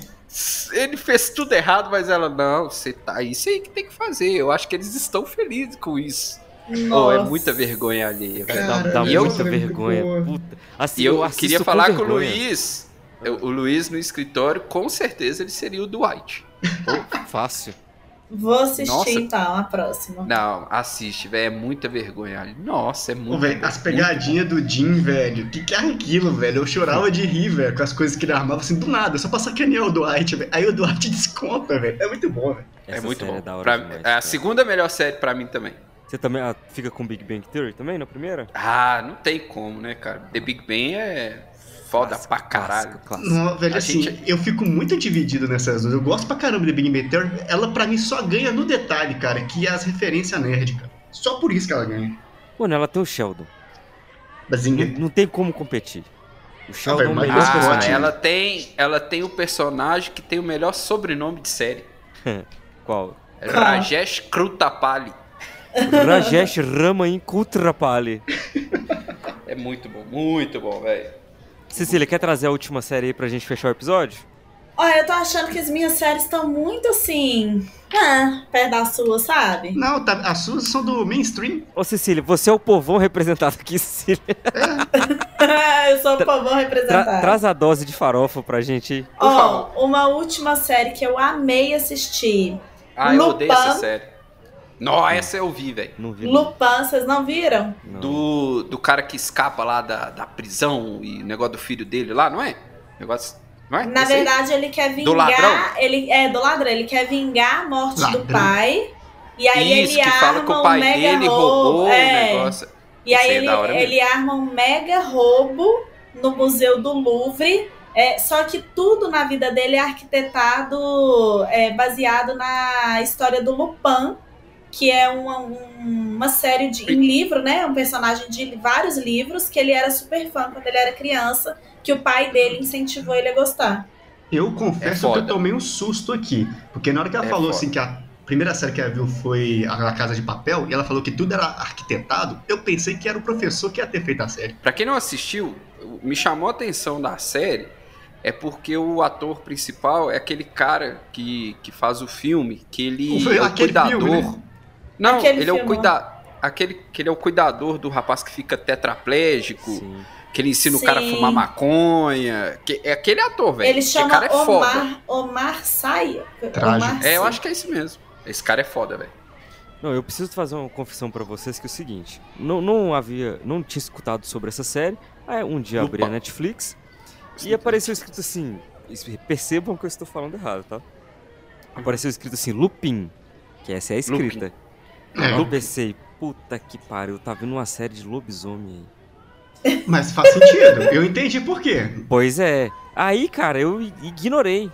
ele fez tudo errado, mas ela, não, você tá isso aí que tem que fazer. Eu acho que eles estão felizes com isso. Pô, é
Nossa.
muita vergonha alheia,
É,
velho.
Dá, dá
E eu-
muita vergonha. Puta. Assim,
e eu,
assisto
queria
com
falar com o
vergonha.
Luiz. Eu- o Luiz no escritório, com certeza ele seria o Dwight.
Fácil.
Vou assistir
Nossa.
então a próxima.
Não, assiste, velho. É muita vergonha. alheia. Nossa, é
Pô,
muito.
um velho, as pegadinhas do Jim, velho. O que, que é aquilo, velho? Eu chorava de rir, velho, com as coisas que ele armava assim do nada. Só pra sacanear o Dwight, velho. Aí o Dwight desconta, velho. É muito bom, velho.
é
Essa
muito
série
bom.
é da hora
Pra-
demais,
é a
cara.
segunda melhor série pra mim também.
Você também ah, fica com Big Bang Theory também na primeira?
Ah, não tem como, né, cara? The Big Bang é foda pra caralho.
Não, velho,
A
assim,
gente-
eu fico muito dividido nessas duas. Eu gosto pra caramba de Big Bang Theory. Ela, pra mim, só ganha no detalhe, cara, que é as referências nerd, cara. Só por isso que ela ganha.
Mano, ela tem o Sheldon.
Não,
não tem como competir. O Sheldon é
velho,
o
mas
melhor
esse
Ah,
personagem.
ela tem, ela tem o personagem que tem o melhor sobrenome de série. É
Qual?
Rajesh Krutapali.
Rajesh Ramain Kutrapali.
É muito bom, muito bom, velho.
Cecília, quer trazer a última série aí pra gente fechar o episódio?
Olha, eu tô achando que as minhas séries estão muito assim. Ah, perto da sua, sabe?
Não, tá, as suas são do mainstream.
Ô Cecília, você é o povão representado aqui, Cecília.
eu sou o povão
Tra-
representado.
traz a dose de farofa pra gente aí.
Ó, uma última série que eu amei assistir.
Ah, eu odeio essa
Lupin.
série. Não, essa eu vi, velho.
Não vi.
Lupin, vocês não viram?
Do, do cara que escapa lá da, da prisão e o negócio do filho dele lá, não é? Negócio. Não é?
Na
Esse aí?
verdade, ele quer vingar.
Do ladrão?
Ele, é, do ladrão. Ele quer vingar a morte
Ladrão.
do pai. E aí
Isso,
ele
que
arma
fala que o
um
pai
mega
dele
roubo.
roubou
é.
o negócio.
E
Isso
aí
aí é
ele,
da hora mesmo.
ele arma um mega roubo no Museu do Louvre. É, só que tudo na vida dele é arquitetado, é, baseado na história do Lupin, que é uma, um- uma série de, em livro, né? Um personagem de vários livros que ele era super fã quando ele era criança, que o pai dele incentivou ele a gostar.
Eu confesso que eu tomei um susto aqui. Porque na hora que ela
É
falou
foda.
assim que a primeira série que ela viu foi a La Casa de Papel, e ela falou que tudo era arquitetado, eu pensei que era o professor que ia ter feito a série.
Pra quem não assistiu, o- me chamou a atenção da série é porque o ator principal é aquele cara que, que faz o filme, que ele
Foi
é o
aquele
cuidador.
filme, né?
Não,
Aquele
ele é o
filme,
cuida aquele que ele é o cuidador do rapaz que fica tetraplégico, que ele ensina o cara a
Sim.
fumar maconha, que é aquele ator, velho.
ele
Esse
chama
cara é foda.
Omar, Omar Saia. Omar
É, eu
Sy.
acho que é isso mesmo. Esse cara é foda, velho.
Não, eu preciso fazer uma confissão pra vocês que é o seguinte, não, não havia, não tinha escutado sobre essa série. Aí um dia abri a Netflix e apareceu escrito assim, es- percebam que eu estou falando errado, tá? Apareceu escrito assim Lupin, que essa é a escrita.
Lupin. É.
Eu pensei, puta que pariu, tá vindo uma série de lobisomem aí.
Mas faz sentido. Eu entendi por quê.
Pois é. Aí, cara, eu i- ignorei.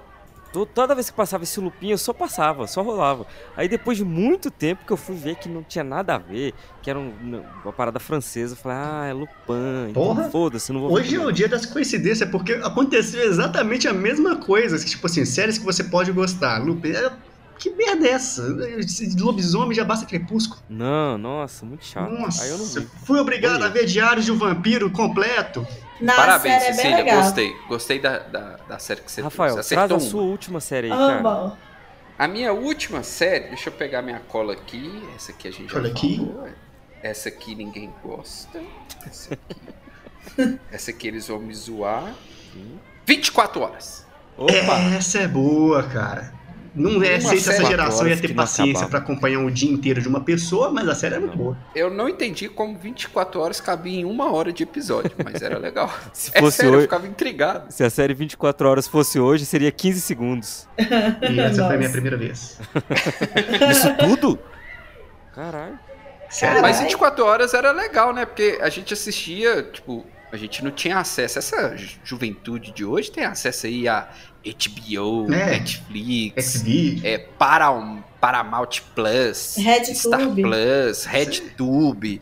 To- Toda vez que passava esse lupinho, eu só passava, só rolava. Aí depois de muito tempo que eu fui ver que não tinha nada a ver, que era um- n- uma parada francesa, eu falei, ah, é Lupin,
Porra.
então foda-se, eu não vou ver
Hoje é
também.
o dia das coincidências, porque aconteceu exatamente a mesma coisa. que, Tipo assim, séries que você pode gostar. Lupin, é- que merda é essa? Esse Lobisomem já basta crepúsculo.
Não, nossa, muito chato.
Nossa,
Tá. Aí eu não vi.
fui obrigado a ver Diários de um Vampiro completo.
Parabéns,
é
Cecília. Gostei. Gostei da, da, da série que você
Rafael,
trouxe.
traz a
Acertou um. uma.
sua última série aí, cara.
Ah, bom.
A minha última série, deixa eu pegar minha cola aqui. Essa aqui a gente já
Cola aqui.
falou. é. Essa aqui ninguém gosta. Essa aqui, Essa aqui eles vão me zoar. 24 horas.
Essa é boa, cara. Não é, sei
Uma
se essa
série-
geração ia
Quatro horas que
ter
não
paciência
acabava.
pra acompanhar o dia inteiro de uma pessoa, mas a série é muito boa.
Eu não entendi como 24 horas cabia em uma hora de episódio, mas era legal.
Se
é
fosse
sério, eu
hoje-
ficava intrigado.
Se a série 24 horas fosse hoje, seria 15 segundos.
E essa foi
Nossa.
a minha primeira vez.
Isso tudo? Caralho.
Sério?
Mas tipo, 24 horas era legal, né? Porque a gente assistia, tipo, a gente não tinha acesso. Essa ju- juventude de hoje tem acesso aí a HBO,
É.
Netflix,
XD.
é, Param- Paramount Plus,
RedTube.
Star Plus, RedTube.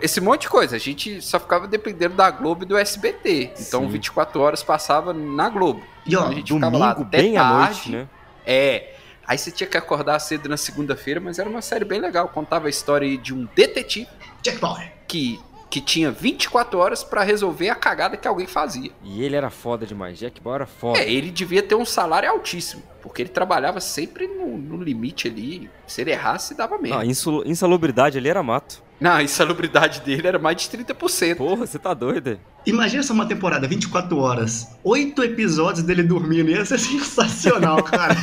Esse monte de coisa. A gente só ficava dependendo da Globo e do SBT. Então 24 horas passava na Globo.
E ó,
Então, a gente
Ah, Domingo, bem à noite, né?
é. Aí você tinha que acordar cedo na segunda-feira, mas era uma série bem legal. Contava a história aí de um detetive
Jack Bauer.
que, que tinha 24 horas pra resolver a cagada que alguém fazia.
E ele era foda demais. Jack Bauer era foda.
É, ele devia ter um salário altíssimo, porque ele trabalhava sempre no, no limite ali. Se ele errasse,
Não,
dava
a
merda.
insul- insalubridade ali era mato.
Não, a insalubridade dele era mais de 30%.
Porra, você tá doido?
Imagina só uma temporada, 24 horas, oito episódios dele dormindo, ia ser sensacional, cara.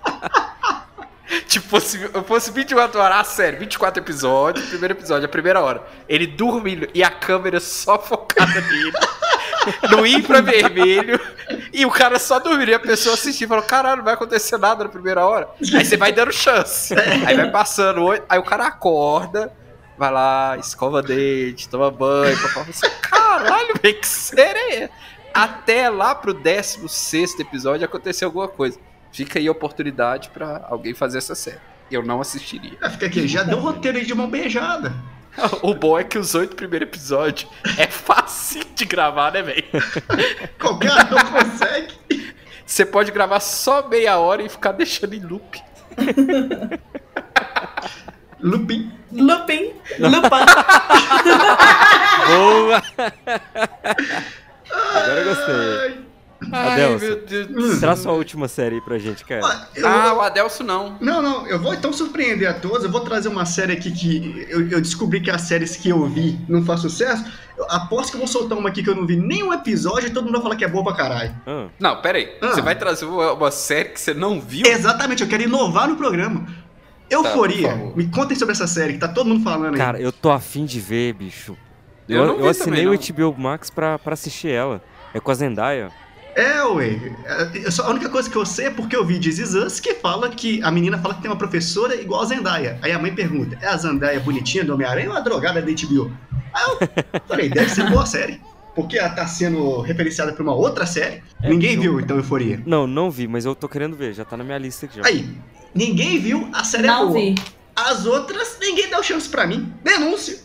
Tipo, fosse, fosse 24 horas, ah, sério, 24 episódios, primeiro episódio, a primeira hora. Ele dormindo e a câmera só focada nele, no infravermelho, e o cara só dormindo. E a pessoa assistindo, falou: caralho, não vai acontecer nada na primeira hora. Aí você vai dando chance. Aí vai passando, oito- aí o cara acorda, vai lá, escova dente, toma banho, papai, você, caralho, velho, que série é essa? Até lá pro 16 episódio aconteceu alguma coisa. Fica aí a oportunidade pra alguém fazer essa série. Eu não assistiria.
Fica aqui, já deu um roteiro aí de mão beijada.
O bom é que os oito primeiros episódios é fácil de gravar, né, velho?
Qualquer um consegue.
Você pode gravar só meia hora e ficar deixando em loop.
Lupin.
Lupin. Lupin.
Boa! Agora eu gostei.
Ai,
Adelson,
meu Deus do céu.
traz sua última série aí pra gente, cara.
Eu-
Ah, o Adelso não.
Não, não, eu vou então surpreender a todos. Eu vou trazer uma série aqui que eu, eu descobri que é as séries que eu vi não faz sucesso. Eu aposto que eu vou soltar uma aqui que eu não vi nenhum episódio e todo mundo vai falar que é boa pra caralho.
Ah, É.
Não, pera aí.
Ah.
Você vai trazer uma, uma série que você não viu?
Exatamente, eu quero inovar no programa. Euforia.
Tá, por favor.
Me contem sobre essa série que tá todo mundo falando aí.
cara, eu tô afim de ver, bicho.
Eu
Eu,
não
eu
vi
assinei
também, não.
o HBO Max pra, pra assistir ela. É com a Zendaya.
É, ué. É, só- A única coisa que eu sei é porque eu vi This Is Us que fala que a menina fala que tem uma professora igual a Zendaya. Aí a mãe pergunta: é a Zendaya bonitinha do Homem-Aranha ou a drogada da HBO? Aí eu falei: deve ser boa a série. Porque ela tá sendo referenciada pra uma outra série.
É,
ninguém
eu-
viu, então, Euforia.
Não, não vi, mas eu tô querendo ver. Já tá na minha lista aqui já.
Aí, ninguém viu, a série é
Não
boa.
vi.
As outras, ninguém deu chance pra mim. Denúncia.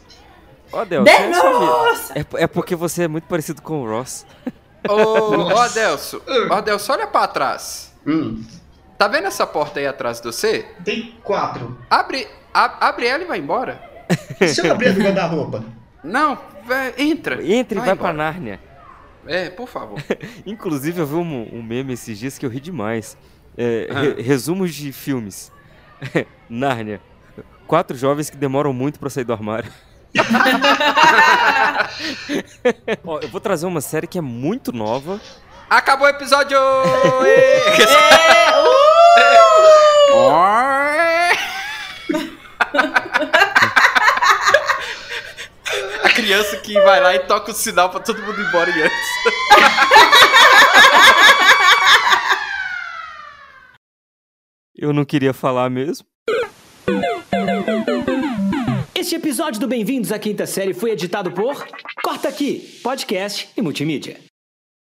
Ó, Del,
Denúncia!
é, é porque você é muito parecido com o Ross.
Ô, ô, Adelso,
Ah.
ô, Adelso, olha pra trás.
Hum,
Tá vendo essa porta aí atrás de você?
tem quatro.
Abre, a- abre ela e vai embora.
Se eu abrir a do guarda-roupa.
Não, vai, entra.
Entre e vai pra
embora.
Nárnia.
É, por favor.
Inclusive, eu vi um, um meme esses dias que eu ri demais. É,
Ah.
re- resumos de filmes. Nárnia. Quatro jovens que demoram muito pra sair do armário. Ó, eu vou trazer uma série que é muito nova.
Acabou o episódio! Ê! A criança que vai lá e toca o sinal pra todo mundo ir embora e antes.
Eu não queria falar mesmo.
Este episódio do Bem-vindos à Quinta Série foi editado por Corta Aqui, podcast e multimídia.